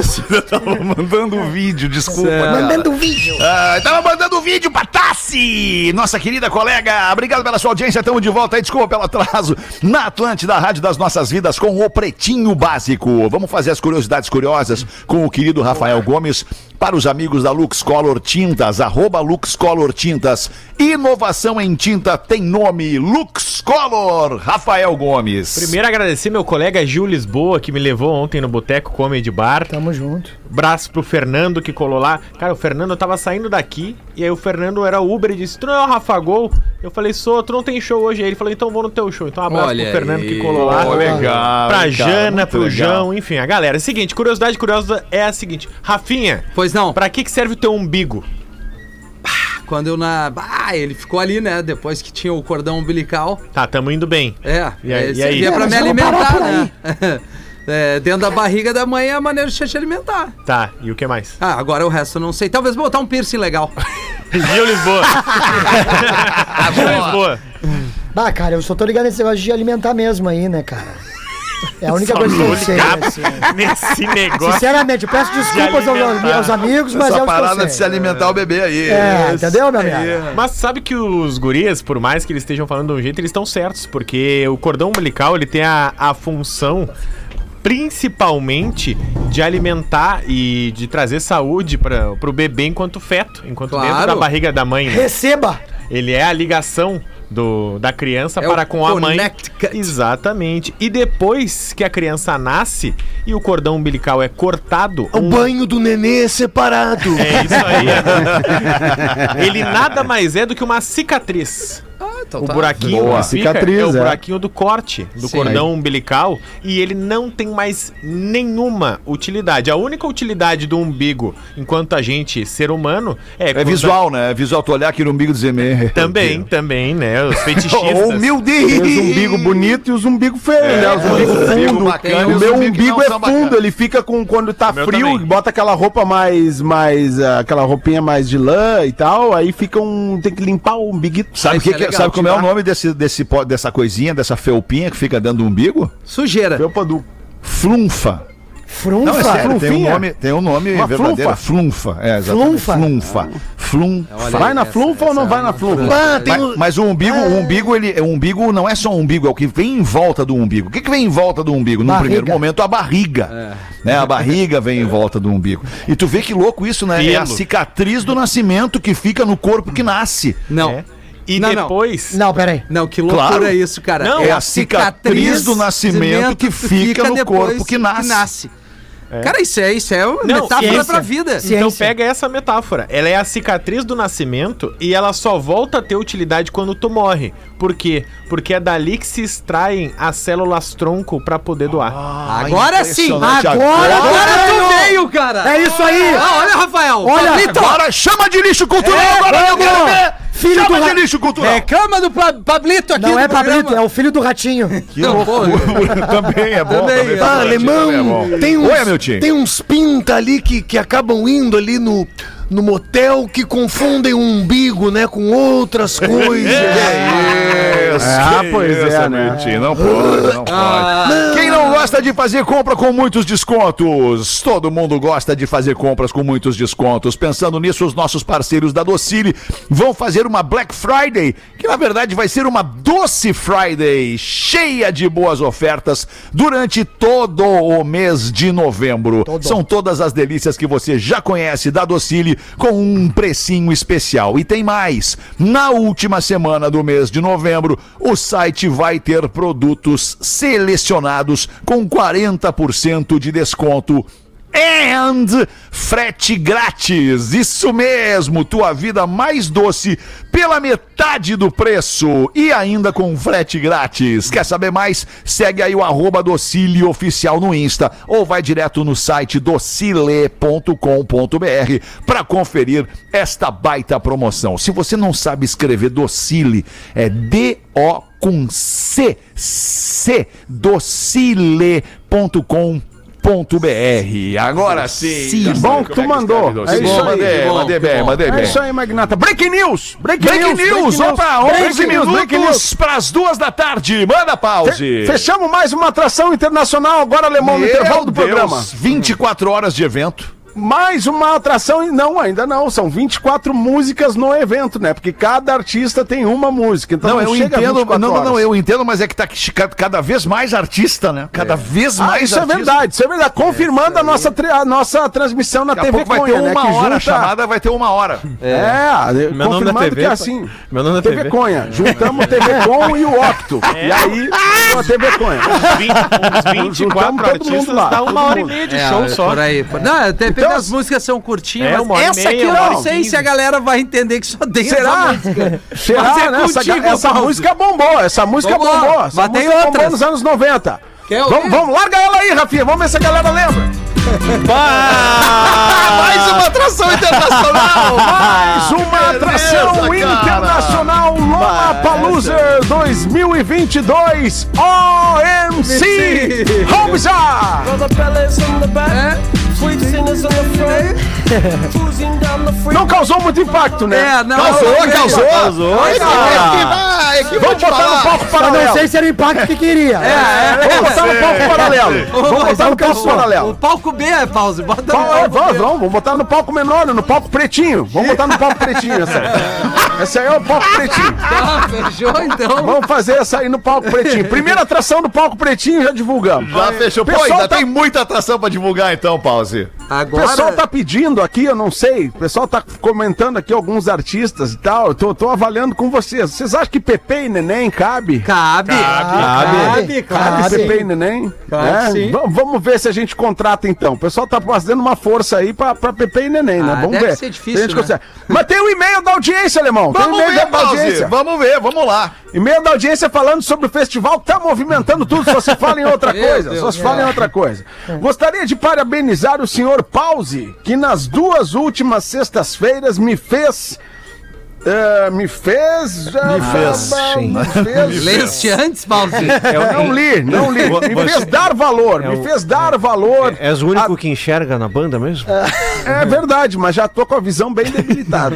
Speaker 5: Isso.
Speaker 4: Eu tava mandando um vídeo, desculpa.
Speaker 5: Certo.
Speaker 4: cara.
Speaker 8: Mandando vídeo.
Speaker 4: Ah, tava mandando um vídeo pra Tassi, nossa querida colega. Obrigado pela sua audiência. Estamos de volta aí. Desculpa pelo atraso. Na Atlântida, a Rádio das Nossas Vidas, com o Pretinho Básico. Vamos fazer as curiosidades curiosas com o querido Rafael Gomes. Para os amigos da Lux Color Tintas, arroba Lux Color Tintas. Inovação em tinta tem nome Lux Color. Rafael Gomes.
Speaker 7: Primeiro agradecer meu colega Gil Lisboa, que me levou ontem no Boteco Comedy Bar.
Speaker 8: Tamo junto.
Speaker 7: Braço pro Fernando que colou lá. Cara, o Fernando tava saindo daqui e aí o Fernando era Uber e disse: Tu não é o Rafa Gol? Eu falei: Sou, tu não tem show hoje. Aí ele falou: Então vou no teu show. Então um abraço
Speaker 5: Olha
Speaker 7: pro Fernando
Speaker 5: aí.
Speaker 7: que colou lá.
Speaker 4: Pô, legal,
Speaker 7: Pra
Speaker 4: hein, cara?
Speaker 7: Jana,
Speaker 4: Muito
Speaker 7: pro
Speaker 4: legal.
Speaker 7: João, enfim, a galera. É Seguinte, curiosidade curiosa é a seguinte: Rafinha,
Speaker 5: Pois não.
Speaker 7: pra que, que serve o teu umbigo?
Speaker 5: Quando eu na. Ah, ele ficou ali, né? Depois que tinha o cordão umbilical.
Speaker 7: Tá, tamo indo bem.
Speaker 5: É,
Speaker 7: E aí-
Speaker 5: é,
Speaker 7: e aí?
Speaker 5: servia pra me
Speaker 8: Mas vamos parar
Speaker 5: alimentar,
Speaker 8: por
Speaker 5: né? É, dentro da barriga da mãe é a maneira de se alimentar.
Speaker 7: Tá, e o que mais?
Speaker 5: Ah, agora o resto eu não sei. Talvez botar um piercing legal.
Speaker 7: Gil Lisboa. Gil Lisboa.
Speaker 8: Bah, cara, eu só tô ligado nesse negócio de alimentar mesmo aí, né, cara? É a única
Speaker 7: Só
Speaker 8: coisa que
Speaker 7: tô
Speaker 8: eu sei.
Speaker 7: ligado
Speaker 8: assim.
Speaker 7: Nesse negócio.
Speaker 8: Sinceramente, eu peço desculpas aos,
Speaker 7: alimentar.
Speaker 8: aos amigos, mas é
Speaker 4: Essa
Speaker 8: o que
Speaker 4: parada
Speaker 8: eu
Speaker 4: de se
Speaker 8: sei.
Speaker 4: alimentar o bebê aí.
Speaker 8: É, entendeu, meu amigo?
Speaker 7: Mas sabe que os guris, por mais que eles estejam falando de um jeito, eles estão certos, porque o cordão umbilical ele tem a, a função principalmente de alimentar e de trazer saúde para o bebê enquanto feto, enquanto dentro
Speaker 5: Claro.
Speaker 7: da barriga da mãe. né?
Speaker 8: Receba!
Speaker 7: Ele é a ligação do, da criança
Speaker 5: É o
Speaker 7: para com a mãe.
Speaker 5: connecticut.
Speaker 7: Exatamente. E depois que a criança nasce e o cordão umbilical é cortado,
Speaker 10: O banho do nenê separado.
Speaker 7: é isso aí. ele nada mais é do que uma cicatriz.
Speaker 10: Tá.
Speaker 7: O buraquinho
Speaker 6: Boa.
Speaker 7: que fica
Speaker 6: Cicatriz,
Speaker 7: é o
Speaker 6: é.
Speaker 7: buraquinho do corte do cordão umbilical e ele não tem mais nenhuma utilidade. A única utilidade do umbigo enquanto a gente ser humano é,
Speaker 4: É
Speaker 7: quando-
Speaker 4: visual, né? É visual tu olhar aqui no umbigo e dizer "Meu
Speaker 7: Também,
Speaker 4: Deus."
Speaker 7: também, né? Os fetichistas.
Speaker 4: Oh, meu Deus!
Speaker 6: Tem os umbigo bonito e os umbigo feio,
Speaker 4: É,
Speaker 6: né? Os umbigo
Speaker 4: umbigo
Speaker 6: fundo.
Speaker 4: um bacana e
Speaker 6: o
Speaker 4: os
Speaker 6: meu
Speaker 4: umbigo que
Speaker 6: umbigo
Speaker 4: não
Speaker 6: é
Speaker 4: são
Speaker 6: fundo,
Speaker 4: bacana.
Speaker 6: ele fica com quando tá
Speaker 7: O meu
Speaker 6: frio,
Speaker 7: também.
Speaker 6: bota aquela roupa mais mais ah, aquela roupinha mais de lã e tal, aí fica um tem que limpar o umbiguito.
Speaker 4: Sabe,
Speaker 5: Mas
Speaker 4: que
Speaker 5: é
Speaker 4: que-
Speaker 5: legal,
Speaker 4: sabe como é
Speaker 5: tirar.
Speaker 4: o nome desse, desse, po- dessa coisinha, dessa felpinha que fica dentro do umbigo?
Speaker 5: Sujeira.
Speaker 6: Meu padu.
Speaker 4: Flunfa.
Speaker 8: Frunfa.
Speaker 4: Não, é sério, tem um
Speaker 6: Flunfinha?
Speaker 4: nome, tem um nome
Speaker 6: Uma
Speaker 4: verdadeiro. Flunfa. É, exatamente.
Speaker 8: Flunfa?
Speaker 4: Flunfa. Flunfa.
Speaker 6: Vai na flunfa ou não vai
Speaker 4: é
Speaker 6: na flunfa?
Speaker 10: Ah, tem
Speaker 4: Mas,
Speaker 10: um...
Speaker 4: mas o umbigo, o umbigo, ele, o umbigo não é só um umbigo, é o que vem em volta do umbigo. O que, que vem em volta do umbigo? No
Speaker 8: Barriga.
Speaker 4: primeiro momento, a barriga. Né? A barriga vem em volta do umbigo. E tu vê que louco isso, né? É a
Speaker 7: Pelo.
Speaker 4: cicatriz do nascimento que fica no corpo que nasce.
Speaker 5: Não.
Speaker 7: É. E
Speaker 5: Não, não.
Speaker 7: depois.
Speaker 8: Não, peraí.
Speaker 5: Não, que loucura
Speaker 4: Claro.
Speaker 5: é isso, cara.
Speaker 7: Não,
Speaker 4: é a cicatriz do nascimento que fica no
Speaker 5: depois
Speaker 4: corpo que nasce.
Speaker 5: Cara, isso é, isso é uma
Speaker 7: Não,
Speaker 5: metáfora
Speaker 7: ciência.
Speaker 5: pra vida.
Speaker 7: Então
Speaker 8: Ciência.
Speaker 7: pega essa metáfora. Ela é a cicatriz do nascimento e ela só volta a ter utilidade quando tu morre. Por quê? Porque é dali que se extraem as células tronco pra poder doar.
Speaker 5: Ah. Agora sim.
Speaker 4: impressionante.
Speaker 5: Agora,
Speaker 8: Agora
Speaker 5: tu
Speaker 8: ganhou.
Speaker 5: veio, cara.
Speaker 8: É isso aí!
Speaker 5: Ah, olha, Rafael.
Speaker 8: Olha,
Speaker 5: Pablito,
Speaker 4: Então, Agora chama de lixo cultural,
Speaker 8: É,
Speaker 4: agora eu quero
Speaker 8: vamos.
Speaker 4: ver!
Speaker 8: Filho
Speaker 4: chama
Speaker 8: do
Speaker 4: de
Speaker 8: ra-
Speaker 4: lixo cultural!
Speaker 5: Reclama É do Pa- Pablito aqui
Speaker 8: Não
Speaker 5: do
Speaker 8: é Pablito, é
Speaker 5: programa.
Speaker 8: o filho do ratinho.
Speaker 4: Que
Speaker 5: Não, pô,
Speaker 4: também é bom.
Speaker 5: Também,
Speaker 4: Também,
Speaker 5: é.
Speaker 10: Ah, alemão,
Speaker 4: tá
Speaker 10: tem uns,
Speaker 4: Olha, meu time.
Speaker 10: tem uns pinta ali que, que acabam indo ali no, no motel que confundem o umbigo, né, com outras coisas.
Speaker 4: É, Isso,
Speaker 6: Ah,
Speaker 4: que
Speaker 6: pois é,
Speaker 4: isso,
Speaker 6: né? Ah.
Speaker 4: Miltinho, Não pode, não pode. Quem não gosta de fazer compra com muitos descontos? Todo mundo gosta de fazer compras com muitos descontos. Pensando nisso, os nossos parceiros da Docile vão fazer uma Black Friday, que na verdade vai ser uma Doce Friday, cheia de boas ofertas durante todo o mês de novembro. São todas as delícias que você já conhece da Docile com um precinho especial. E tem mais. Na última semana do mês de novembro, o site vai ter produtos selecionados com 40% de desconto. And frete grátis. Isso mesmo, tua vida mais doce pela metade do preço e ainda com frete grátis. Quer saber mais? Segue aí o arroba docile oficial no Insta ou vai direto no site docile.com.br para conferir esta baita promoção. Se você não sabe escrever docile, é D-O com C, C, docile.com.br .br. Agora sim. já sei
Speaker 6: bom
Speaker 4: como
Speaker 6: que tu
Speaker 4: é
Speaker 6: mandou.
Speaker 4: escreve,
Speaker 6: É
Speaker 4: sim.
Speaker 6: isso
Speaker 4: Bom,
Speaker 6: aí,
Speaker 4: Mandei,
Speaker 6: que bom,
Speaker 4: mandei
Speaker 6: que
Speaker 4: bem,
Speaker 6: bom.
Speaker 4: mandei
Speaker 6: É
Speaker 4: bem.
Speaker 6: isso aí, Magnata. Break news! Break,
Speaker 4: Break news, opa, 11
Speaker 6: break
Speaker 4: minutos para as duas da tarde. Manda pause.
Speaker 6: Fe- Fechamos mais uma atração internacional agora, alemão, no
Speaker 4: Meu
Speaker 6: intervalo do
Speaker 4: Deus,
Speaker 6: programa.
Speaker 4: 24 horas de evento.
Speaker 6: Mais uma atração, e não, ainda não, são 24 músicas no evento, né? Porque cada artista tem uma música, então
Speaker 4: Não, eu
Speaker 6: chega a
Speaker 4: entendo,
Speaker 6: 24
Speaker 4: não, não, não,
Speaker 6: horas.
Speaker 4: eu entendo, mas é que tá ca- cada vez mais artista, né? Cada vez
Speaker 6: Ah,
Speaker 4: mais
Speaker 6: isso é
Speaker 4: artista.
Speaker 6: verdade, isso é verdade. Confirmando a, nossa, tri- a nossa transmissão na
Speaker 4: Daqui a
Speaker 6: TV
Speaker 4: pouco vai ter
Speaker 6: Conha,
Speaker 4: uma
Speaker 6: né? Que
Speaker 4: hora, a
Speaker 6: junta-
Speaker 4: chamada vai ter uma hora.
Speaker 6: É,
Speaker 7: Meu nome da
Speaker 6: confirmando
Speaker 7: TV,
Speaker 6: que é assim.
Speaker 7: meu nome da
Speaker 6: TV,
Speaker 7: TV.
Speaker 6: Conha. Juntamos TV Com e o Octo. E aí, deu a TV Conha.
Speaker 7: Uns 20, uns 24
Speaker 6: Juntamos todo
Speaker 7: artistas
Speaker 6: mundo lá,
Speaker 7: dá
Speaker 6: todo
Speaker 7: uma hora e
Speaker 6: mundo.
Speaker 7: meia de
Speaker 5: É,
Speaker 7: show só.
Speaker 5: Por aí. por- Não, até
Speaker 6: Então,
Speaker 5: as músicas são curtinhas,
Speaker 7: é, uma
Speaker 5: mas
Speaker 7: hora e
Speaker 5: essa
Speaker 7: meia,
Speaker 5: aqui eu
Speaker 7: uma hora
Speaker 5: não
Speaker 7: e
Speaker 5: sei
Speaker 7: quinze.
Speaker 5: se a galera vai entender que só tem
Speaker 6: Será?
Speaker 5: essa música. Mas
Speaker 6: Será,
Speaker 5: é
Speaker 6: né? essa,
Speaker 5: contigo,
Speaker 6: ga- essa
Speaker 5: Paulo.
Speaker 6: música bombou, essa música
Speaker 5: Bombou,
Speaker 6: bombou.
Speaker 5: mas
Speaker 6: essa
Speaker 5: tem
Speaker 6: música bombou
Speaker 5: outras.
Speaker 6: nos anos 90.
Speaker 5: Quer
Speaker 6: Vamos,
Speaker 5: ouvir?
Speaker 6: vamos, larga ela aí, Rafinha. Vamos ver se a galera lembra.
Speaker 4: Mais uma atração internacional!
Speaker 6: Mais uma atração internacional Lollapalooza 2022 OMC! Vamos lá! É, Não causou muito impacto, né?
Speaker 5: É, não.
Speaker 6: Causou,
Speaker 5: não, é
Speaker 6: causou. Ah,
Speaker 4: Ah,
Speaker 6: Vamos botar no palco
Speaker 8: Só não
Speaker 6: paralelo.
Speaker 8: sei se era o impacto que queria. É,
Speaker 6: Vamos botar no palco paralelo.
Speaker 5: Ô,
Speaker 6: é. Vamos
Speaker 5: mas
Speaker 6: botar
Speaker 5: é
Speaker 6: no
Speaker 5: um
Speaker 6: palco
Speaker 5: palco-
Speaker 6: paralelo.
Speaker 5: O palco B é pause. Bota no
Speaker 6: Vamos, é,
Speaker 5: palco
Speaker 6: vamos,
Speaker 5: B.
Speaker 6: vamos, vamos botar no palco menor, no palco pretinho. Vamos botar no palco pretinho essa. Essa aí é o palco pretinho.
Speaker 5: Tá, fechou então.
Speaker 6: Vamos fazer essa aí no palco pretinho. Primeira atração do palco pretinho, já divulgamos.
Speaker 4: Já fechou. Pô,
Speaker 6: Pessoal
Speaker 4: ainda
Speaker 6: tá-
Speaker 4: tem muita atração pra divulgar então, Pause.
Speaker 6: O
Speaker 5: Agora.
Speaker 6: pessoal tá pedindo aqui, eu não sei. O pessoal tá comentando aqui alguns artistas e tal. Eu tô, tô avaliando com vocês. Vocês acham que Pepe e Neném cabe?
Speaker 5: Cabe.
Speaker 8: Cabe,
Speaker 6: Cabe
Speaker 8: cabe.
Speaker 6: Pepe e Neném?
Speaker 5: Claro que
Speaker 6: É?
Speaker 5: sim.
Speaker 6: Va- Vamos ver se a gente contrata então. O pessoal tá fazendo uma força aí pra, pra Pepe e Neném, né?
Speaker 5: Ah,
Speaker 6: Vamos
Speaker 5: deve
Speaker 6: ver.
Speaker 5: ser difícil,
Speaker 6: Se a gente
Speaker 5: né?
Speaker 6: consegue. Mas tem o e-mail da audiência, alemão. Tem o
Speaker 4: Vamos
Speaker 6: e-mail
Speaker 4: ver,
Speaker 6: da
Speaker 4: Pause.
Speaker 6: audiência.
Speaker 4: Vamos ver, vamos lá.
Speaker 6: E-mail da audiência falando sobre o festival que tá movimentando tudo, só se fala em outra
Speaker 5: Meu
Speaker 6: coisa,
Speaker 5: Deus.
Speaker 6: só se fala em outra coisa. Gostaria de parabenizar o senhor Pause, que nas duas últimas sextas-feiras me fez... eh, me fez... Me fez, Me fez...
Speaker 5: Leste antes, pause.
Speaker 6: É, Eu não li, não li.
Speaker 11: Vo-
Speaker 6: Me
Speaker 11: É, você- é,
Speaker 6: fez dar valor, me fez dar valor.
Speaker 9: É
Speaker 11: És o
Speaker 10: Ah.
Speaker 11: único que enxerga na banda mesmo?
Speaker 6: É
Speaker 5: Uhum.
Speaker 6: verdade, mas já tô com a visão bem debilitada.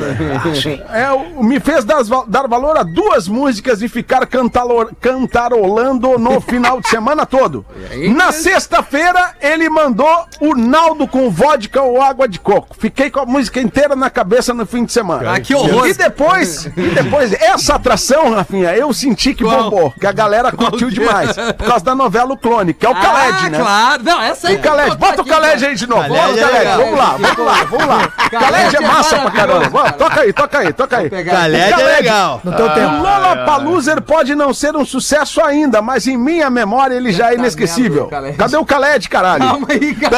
Speaker 6: é, o- me fez dar, val- dar valor a duas músicas e ficar cantalor- cantarolando no final de semana todo. Na sexta-feira, ele mandou o Naldo com vodka ou água de coco. Fiquei com a música inteira na cabeça no fim de semana.
Speaker 5: Ah, que horror.
Speaker 6: E depois, e depois, essa atração, Rafinha, eu senti que
Speaker 5: Qual? é?
Speaker 6: bombou, que a galera curtiu demais. Por causa da novela O Clone, que é o Khaled,
Speaker 5: ah,
Speaker 6: né?
Speaker 5: claro. Não, essa aí.
Speaker 6: O Caled, bota o Caled aí de novo. Bota o
Speaker 5: Caled é
Speaker 6: Caled,
Speaker 5: legal.
Speaker 6: vamos lá, vamos lá, vamos lá. Caled é massa pra caramba. Vai, Toca aí, toca aí, toca aí.
Speaker 11: Caled é legal.
Speaker 8: No teu
Speaker 5: Ah.
Speaker 8: tempo.
Speaker 6: O Lollapalooza pode não ser um sucesso ainda, mas em minha memória ele já é inesquecível.
Speaker 5: merda, Caled.
Speaker 6: Cadê o Caled, caralho?
Speaker 5: Calma aí, cara.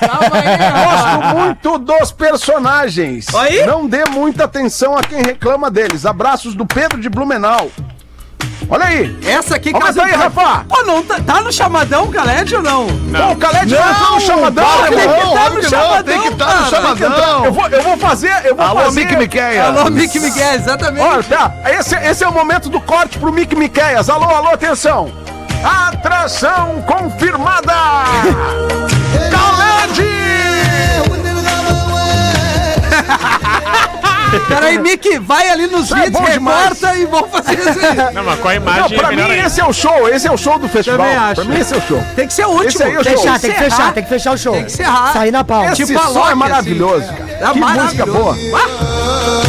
Speaker 5: Calma aí.
Speaker 6: Gosto muito dos personagens.
Speaker 5: Aí?
Speaker 6: Não dê muita atenção a quem reclama deles. Abraços do Pedro de Blumenau. Olha aí.
Speaker 5: Essa aqui
Speaker 6: Aumenta aí,
Speaker 5: pra-
Speaker 6: Rafa.
Speaker 5: Pô, não tá, tá no chamadão, Caled ou não?
Speaker 6: Pô, o Caled não entrou no chamadão,
Speaker 5: para,
Speaker 6: irmão.
Speaker 5: Caled.
Speaker 4: Não,
Speaker 5: tá
Speaker 4: óbvio
Speaker 5: no
Speaker 4: que não, tem que
Speaker 5: chamadão,
Speaker 4: estar no
Speaker 5: cara, tem que
Speaker 6: Eu
Speaker 4: chamadão.
Speaker 6: vou, eu vou fazer, eu vou
Speaker 4: Alô,
Speaker 6: fazer.
Speaker 4: Mick Miqueia.
Speaker 5: Alô, Mick Miguel, é, exatamente.
Speaker 6: Olha, tá. Esse, esse é o momento do corte pro Mick Miqueias. Alô, alô, atenção. Atração confirmada. Caled!
Speaker 5: Peraí, Mick, vai ali nos
Speaker 6: Isso é
Speaker 5: vídeos,
Speaker 6: bom demais.
Speaker 5: reporta e vamos fazer isso aí.
Speaker 7: Não, mas qual a
Speaker 6: Não,
Speaker 7: imagem
Speaker 6: pra mim esse é o show. Esse é o show do festival.
Speaker 5: Também acho.
Speaker 6: Pra mim esse é o show.
Speaker 5: Tem que ser o último.
Speaker 6: Esse aí eu
Speaker 5: Tem que
Speaker 8: Fechar, Ah, tem que
Speaker 5: encerrar.
Speaker 8: fechar, tem que fechar o show.
Speaker 5: Tem que encerrar.
Speaker 8: Sair na pau.
Speaker 5: Esse-
Speaker 6: Esse
Speaker 5: Tipo a
Speaker 6: som
Speaker 5: Loki,
Speaker 6: é maravilhoso, cara.
Speaker 5: É
Speaker 6: que
Speaker 5: maravilhoso.
Speaker 6: música boa.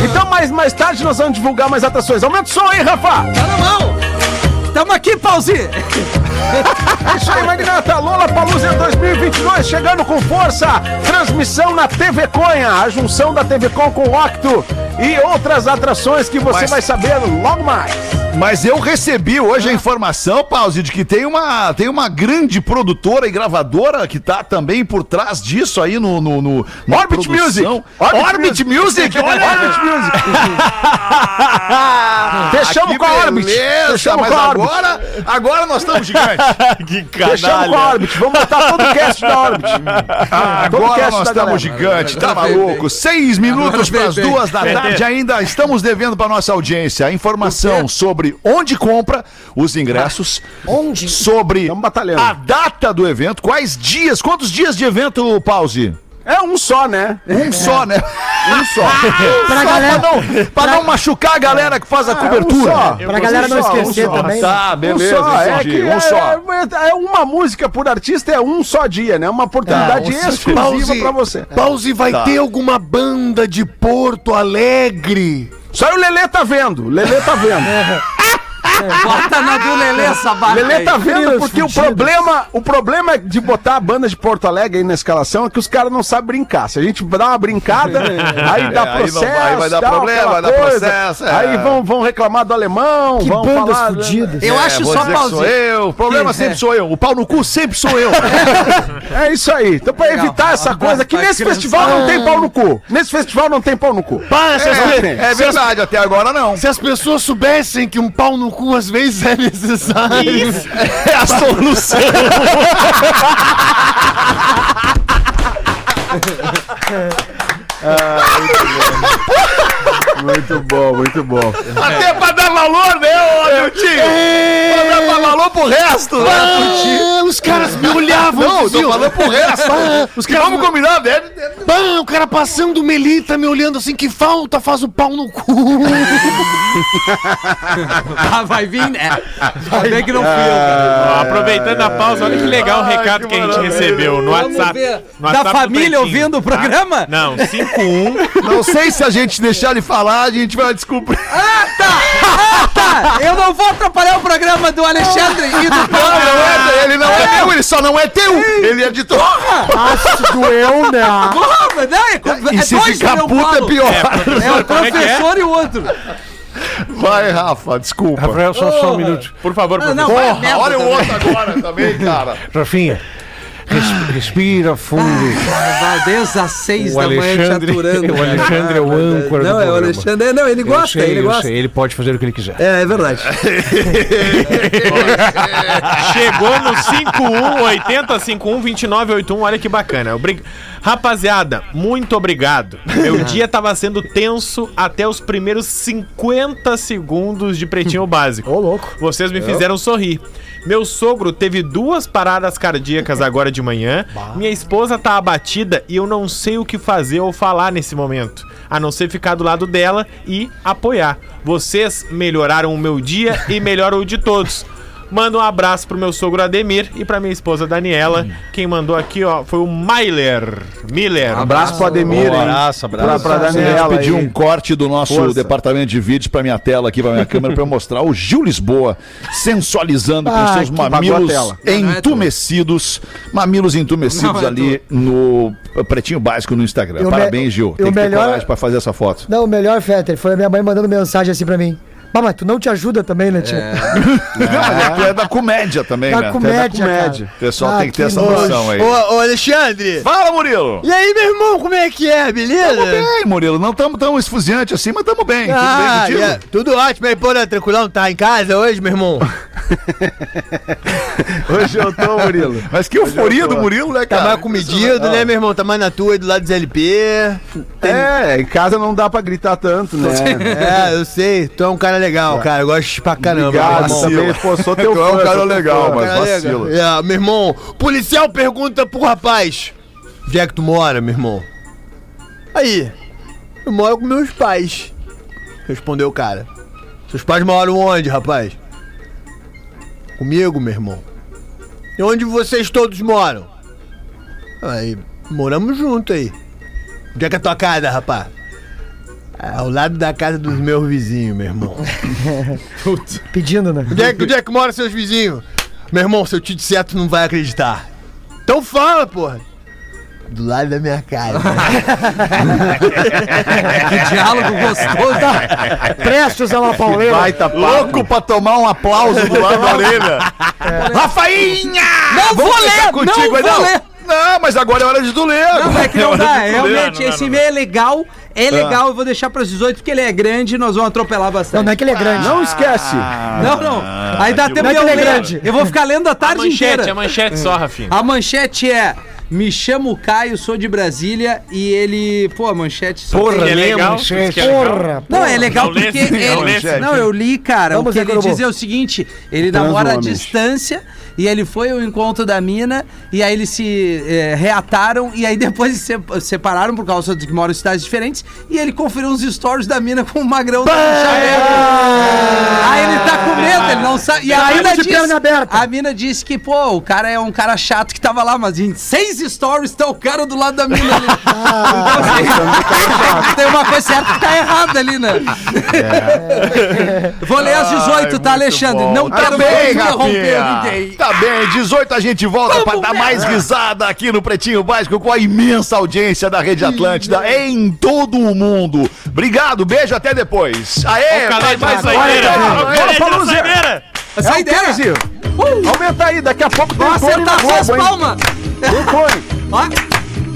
Speaker 6: Então, mais, mais tarde nós vamos divulgar mais atrações. Aumenta o som aí, Rafa.
Speaker 5: Tá na mão. Tamo aqui, Pauzi.
Speaker 6: É isso aí, Magnata. Lola Palusa 2022 chegando com força. Transmissão na TV Conha. A junção da TV Com com o Octo. E outras atrações que você vai saber logo mais.
Speaker 4: Mas eu recebi hoje
Speaker 6: Ah.
Speaker 4: a informação, Pause, de que tem uma, tem uma grande produtora e gravadora que tá também por trás disso aí no. no, no na
Speaker 6: Orbit Music.
Speaker 4: produção. Orbit, Music! Olha!
Speaker 6: Orbit Music. Ah, Fechamos
Speaker 4: Ah, Que
Speaker 6: com a Orbit.
Speaker 4: beleza,
Speaker 6: Fechamos
Speaker 4: mas
Speaker 6: com a Orbit.
Speaker 4: agora, agora nós estamos gigantes.
Speaker 7: que
Speaker 6: Fechamos com a Orbit. Vamos botar todo o cast da Orbit. Todo o
Speaker 4: Agora
Speaker 6: cast
Speaker 4: nós
Speaker 6: da
Speaker 4: estamos
Speaker 6: galera.
Speaker 4: gigantes, tá maluco? Seis minutos para as
Speaker 5: vem, vem.
Speaker 4: duas da tarde ainda. Estamos devendo para nossa audiência a informação sobre onde compra os ingressos,
Speaker 8: Onde?
Speaker 4: sobre
Speaker 6: Estamos batalhando.
Speaker 4: a data do evento, quais dias, quantos dias de evento, Pause?
Speaker 6: É um só, né?
Speaker 4: Um só, né? Um só.
Speaker 8: Pra
Speaker 4: Pra
Speaker 8: galera,
Speaker 4: não, pra não machucar a galera que faz a
Speaker 6: Um só.
Speaker 4: cobertura.
Speaker 8: pra galera não esquecer também. né?
Speaker 4: Tá, beleza,
Speaker 6: um só, é,
Speaker 4: entendi.
Speaker 6: que
Speaker 4: um
Speaker 6: é-
Speaker 4: só.
Speaker 6: é- é uma música por artista, é um só dia, né?
Speaker 4: Ah,
Speaker 6: Uma
Speaker 4: um
Speaker 6: oportunidade exclusiva pra
Speaker 4: É.
Speaker 6: você.
Speaker 10: Pause vai
Speaker 4: Tá.
Speaker 10: ter alguma banda de Porto Alegre.
Speaker 6: Só o Lelê tá vendo, o Lelê tá
Speaker 4: É,
Speaker 6: vendo.
Speaker 5: Bota na do Lelê essa barra
Speaker 6: Lelê
Speaker 5: aí.
Speaker 4: é
Speaker 6: tá vendo porque o problema, o problema é de botar a banda de Porto Alegre aí na escalação é que os caras não sabem brincar. Se a gente dá uma brincada, aí dá
Speaker 4: É, aí
Speaker 6: processo,
Speaker 4: não vai- vai dar
Speaker 6: tal,
Speaker 4: problema, vai
Speaker 6: aquela
Speaker 4: dar
Speaker 6: coisa.
Speaker 4: processo, é.
Speaker 6: Aí vão, vão reclamar do alemão,
Speaker 8: Que
Speaker 6: vão
Speaker 8: bandas
Speaker 6: falar... né?
Speaker 8: fodidas.
Speaker 5: Eu acho
Speaker 4: vou
Speaker 5: só
Speaker 4: dizer que sou
Speaker 5: Pauzi.
Speaker 4: eu. O problema sempre sou eu. O pau no cu sempre sou eu.
Speaker 6: É isso aí. Então pra
Speaker 5: Legal.
Speaker 6: evitar essa coisa, que
Speaker 5: Vai
Speaker 6: nesse
Speaker 5: criança.
Speaker 6: festival não tem pau no
Speaker 4: Ah.
Speaker 6: cu. Nesse festival não tem pau no cu.
Speaker 4: É, é verdade, até agora não.
Speaker 10: Se as pessoas soubessem que um pau no cu às vezes é necessário.
Speaker 4: É a solução.
Speaker 6: Ah, Muito bom, muito bom.
Speaker 4: Até pra dar valor, né, ô Miltinho? Pra dar valor pro resto. né?
Speaker 10: Ah, os caras me olhavam.
Speaker 4: Não,
Speaker 10: diziam,
Speaker 4: tô falando pro resto.
Speaker 10: "Bah, os
Speaker 4: Que
Speaker 10: caras
Speaker 4: vamos combinar, né? deve.
Speaker 10: Bah, o cara passando melita me olhando assim, que falta, faz o pau no cu.
Speaker 5: Ah, vai vir, né? Vai ver que não fui eu, cara.
Speaker 7: Ó, aproveitando a
Speaker 5: É.
Speaker 7: pausa, olha que legal o recado que, a gente recebeu no
Speaker 5: Vamos
Speaker 7: WhatsApp.
Speaker 5: ver.
Speaker 7: no
Speaker 5: Da
Speaker 7: WhatsApp do
Speaker 5: família
Speaker 7: Pretinho, tá?
Speaker 5: ouvindo o programa?
Speaker 7: Não, 51.
Speaker 4: Não sei se a gente deixar ele falar, a gente vai descobrir.
Speaker 5: Tá, eu não vou atrapalhar o programa do Alexandre e do
Speaker 4: Não,
Speaker 5: Paulo.
Speaker 4: não é, ele não é teu, ele só não é teu. Ele é de tu.
Speaker 8: Ah, se doeu, né?
Speaker 5: Porra, não, é, é
Speaker 4: E se
Speaker 5: dois
Speaker 4: ficar
Speaker 5: que eu
Speaker 4: puto é
Speaker 5: falo.
Speaker 4: pior.
Speaker 5: É o
Speaker 7: Como é que é?
Speaker 5: professor e o outro.
Speaker 4: Vai, Rafa, desculpa.
Speaker 9: Rafael, só, só um minuto.
Speaker 7: Por favor,
Speaker 5: Ah,
Speaker 7: professor.
Speaker 5: não, vai a merda
Speaker 4: Porra, olha o
Speaker 5: também.
Speaker 4: outro agora também, cara.
Speaker 9: Rafinha, res- respira fundo.
Speaker 10: Ah.
Speaker 5: Vai desde às seis
Speaker 9: O
Speaker 5: da manhã te
Speaker 9: Alexandre-
Speaker 5: aturando.
Speaker 9: o
Speaker 5: cara.
Speaker 9: Alexandre é o
Speaker 5: Ah, verdade.
Speaker 9: âncora do
Speaker 5: Não, é o
Speaker 9: programa.
Speaker 5: Alexandre. Não, ele
Speaker 9: Eu
Speaker 5: gosta,
Speaker 9: sei,
Speaker 5: ele
Speaker 9: eu
Speaker 5: gosta.
Speaker 9: sei, ele pode fazer o que ele quiser.
Speaker 5: É, é verdade.
Speaker 7: Chegou no 5180 512981. Olha que bacana. Obrig- Rapaziada, muito obrigado. Meu dia tava sendo tenso até os primeiros 50 segundos de pretinho básico. Ô, louco. Vocês me fizeram sorrir. Meu sogro teve duas paradas cardíacas agora de manhã. Minha esposa tá abatida e eu não sei o que fazer ou falar nesse momento. A não ser ficar do lado dela e apoiar. Vocês melhoraram o meu dia e melhoram o de todos. Manda um abraço pro meu sogro Ademir e pra minha esposa Daniela. Quem mandou aqui, ó, foi o Myler. Miller.
Speaker 6: Abraço pro Ademir, hein?
Speaker 11: Abraço,
Speaker 6: Pra,
Speaker 11: abraço.
Speaker 6: pra Daniela.
Speaker 4: pediu
Speaker 6: aí.
Speaker 4: um corte do nosso
Speaker 6: Força.
Speaker 4: departamento de vídeo pra minha tela aqui, pra minha câmera, pra eu mostrar o Gil Lisboa sensualizando com
Speaker 6: Ah,
Speaker 4: seus
Speaker 6: que pagou a
Speaker 4: mamilos é
Speaker 6: tela.
Speaker 4: entumecidos. Mamilos entumecidos
Speaker 5: Não, é
Speaker 4: ali no Pretinho Básico no Instagram.
Speaker 8: Eu me-
Speaker 4: Parabéns, Gil.
Speaker 8: eu
Speaker 4: Tem que ter
Speaker 8: melhor-
Speaker 4: coragem pra fazer essa foto.
Speaker 8: Não, o melhor, Fetter, foi a minha mãe mandando mensagem assim pra mim. Bah, mas tu não te ajuda também, né, tio?
Speaker 4: Não, mas é, que é da comédia também,
Speaker 8: Da
Speaker 4: né?
Speaker 8: comédia,
Speaker 6: comédia.
Speaker 8: cara.
Speaker 4: O pessoal
Speaker 8: Ah,
Speaker 4: tem que ter
Speaker 8: que
Speaker 4: essa
Speaker 8: nojo.
Speaker 4: noção aí.
Speaker 9: Ô, ô, Alexandre!
Speaker 4: Fala, Murilo!
Speaker 9: E aí, meu irmão, como é que é?
Speaker 4: Tamo
Speaker 5: Tá
Speaker 9: Beleza?
Speaker 4: bem, Murilo. Não estamos tão esfuziante assim, mas tamo bem.
Speaker 9: Ah,
Speaker 4: Tudo bem
Speaker 9: yeah.
Speaker 4: contigo?
Speaker 9: Tudo ótimo aí, pô, né? Tranquilão, tá em casa hoje, meu irmão?
Speaker 6: Hoje eu tô, Murilo.
Speaker 4: Mas que euforia do Murilo, né,
Speaker 9: Tá
Speaker 4: cara?
Speaker 9: mais comedido, né, meu irmão? Tá mais na tua aí do lado dos LP.
Speaker 6: É, em casa não dá pra gritar tanto, né?
Speaker 9: É, eu sei. Tu é um cara legal, cara. Eu gosto pra caramba,
Speaker 6: Obrigado
Speaker 9: meu irmão.
Speaker 6: também, pô, sou teu
Speaker 4: Tu é um
Speaker 6: fã,
Speaker 4: cara
Speaker 6: sou teu
Speaker 4: legal,
Speaker 6: fã.
Speaker 4: mas
Speaker 9: Cara legal.
Speaker 4: vacila.
Speaker 9: É,
Speaker 10: Meu irmão, policial pergunta pro rapaz: Onde é que tu mora, meu irmão?
Speaker 9: Aí, eu moro com meus pais. Respondeu o cara.
Speaker 10: Seus pais moram onde, rapaz?
Speaker 9: Comigo, meu irmão.
Speaker 10: E onde vocês todos moram?
Speaker 9: Aí, moramos junto aí.
Speaker 10: Onde é que é a tua casa, rapaz?
Speaker 9: É, Ao lado da casa dos meus vizinhos, meu irmão.
Speaker 8: Pedindo, né?
Speaker 10: Onde é, que- onde é que moram seus vizinhos? Meu irmão, seu tio de certo não vai acreditar.
Speaker 9: Então fala, porra. Do lado da minha casa.
Speaker 5: Que diálogo gostoso.
Speaker 8: Prestes a uma pauleira.
Speaker 6: Baita papo.
Speaker 4: Louco pra tomar um aplauso do lado da orelha. Rafainha!
Speaker 5: Não vou ler, não
Speaker 4: aí,
Speaker 5: vou ler.
Speaker 4: Não, mas agora é hora de tu ler.
Speaker 5: Não,
Speaker 4: agora
Speaker 5: é que não
Speaker 4: hora
Speaker 5: dá.
Speaker 4: de tu ler.
Speaker 5: Realmente, esse e-mail é legal. É legal, eu vou deixar para 18 porque ele é grande e nós vamos atropelar
Speaker 8: Não,
Speaker 5: bastante.
Speaker 8: não é que ele é grande.
Speaker 6: Não esquece.
Speaker 9: Ah.
Speaker 5: Não, não. Aí dá tempo de
Speaker 8: é
Speaker 5: eu
Speaker 8: que
Speaker 5: ler.
Speaker 8: ele é grande.
Speaker 5: Eu vou ficar lendo a
Speaker 7: A
Speaker 5: tarde
Speaker 7: manchete,
Speaker 5: inteira.
Speaker 7: a manchete só, Rafinha.
Speaker 5: A manchete é: Me chamo Caio, sou de Brasília e ele. Pô, a manchete só
Speaker 7: Porra, é legal.
Speaker 9: manchete.
Speaker 7: que é legal.
Speaker 5: Não, é legal
Speaker 7: Não lê
Speaker 5: porque
Speaker 7: esse, não lê
Speaker 5: ele.
Speaker 7: esse.
Speaker 5: Não, eu li, cara.
Speaker 8: Vamos
Speaker 5: o que
Speaker 8: ver,
Speaker 5: ele
Speaker 8: Corobô.
Speaker 5: diz é o seguinte: ele
Speaker 6: Trans
Speaker 5: namora à
Speaker 6: homens.
Speaker 5: distância e ele foi ao encontro da mina e aí eles se eh, reataram e aí depois se separaram por causa de que moram em cidades diferentes e ele conferiu uns stories da mina com o magrão da bicha aberta. Aí ele tá com medo, ele não sabe. E a
Speaker 8: Caindo
Speaker 5: mina
Speaker 8: tá de perna
Speaker 5: disse,
Speaker 8: aberta.
Speaker 5: a mina disse que, pô, o cara é um cara chato que tava lá, mas em seis stories tá o cara do lado da mina ali. Tem uma coisa certa que tá errada ali, né?
Speaker 6: É.
Speaker 5: Vou ler as 18, tá, Alexandre? Não
Speaker 4: Tá
Speaker 5: quero
Speaker 4: bem,
Speaker 5: mais interromper
Speaker 4: Rafinha.
Speaker 5: ninguém.
Speaker 4: Tá bem, 18 a gente volta pra dar mais risada aqui no Pretinho Básico com a imensa audiência da Rede Atlântida em todo o mundo. Obrigado, beijo, até depois. Aê,
Speaker 7: Caralho, mais
Speaker 4: vai,
Speaker 7: saideira.
Speaker 4: vai, vai, vai.
Speaker 7: Olha,
Speaker 6: Paulo
Speaker 7: mais
Speaker 6: Zé.
Speaker 7: saideira.
Speaker 5: Essa
Speaker 6: É o
Speaker 5: ideia.
Speaker 6: Kenzie. Aumenta aí, daqui a pouco tem
Speaker 5: Vou
Speaker 6: clone
Speaker 9: tá
Speaker 6: na
Speaker 5: acertar suas
Speaker 6: Globo, hein?
Speaker 5: palmas.
Speaker 6: Tem clone.
Speaker 5: Ó,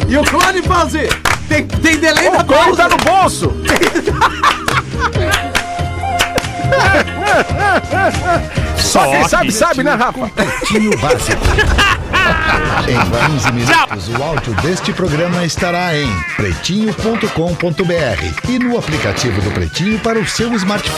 Speaker 5: E o clone fazer. Tem, tem
Speaker 4: tá
Speaker 5: delay na
Speaker 6: O clone
Speaker 5: pausa.
Speaker 6: tá no bolso.
Speaker 4: Só quem sabe, sabe, né, Rafa?
Speaker 14: Pretinho Básico. Em 15 minutos, o áudio deste programa estará em pretinho.com.br e no aplicativo do Pretinho para o seu smartphone.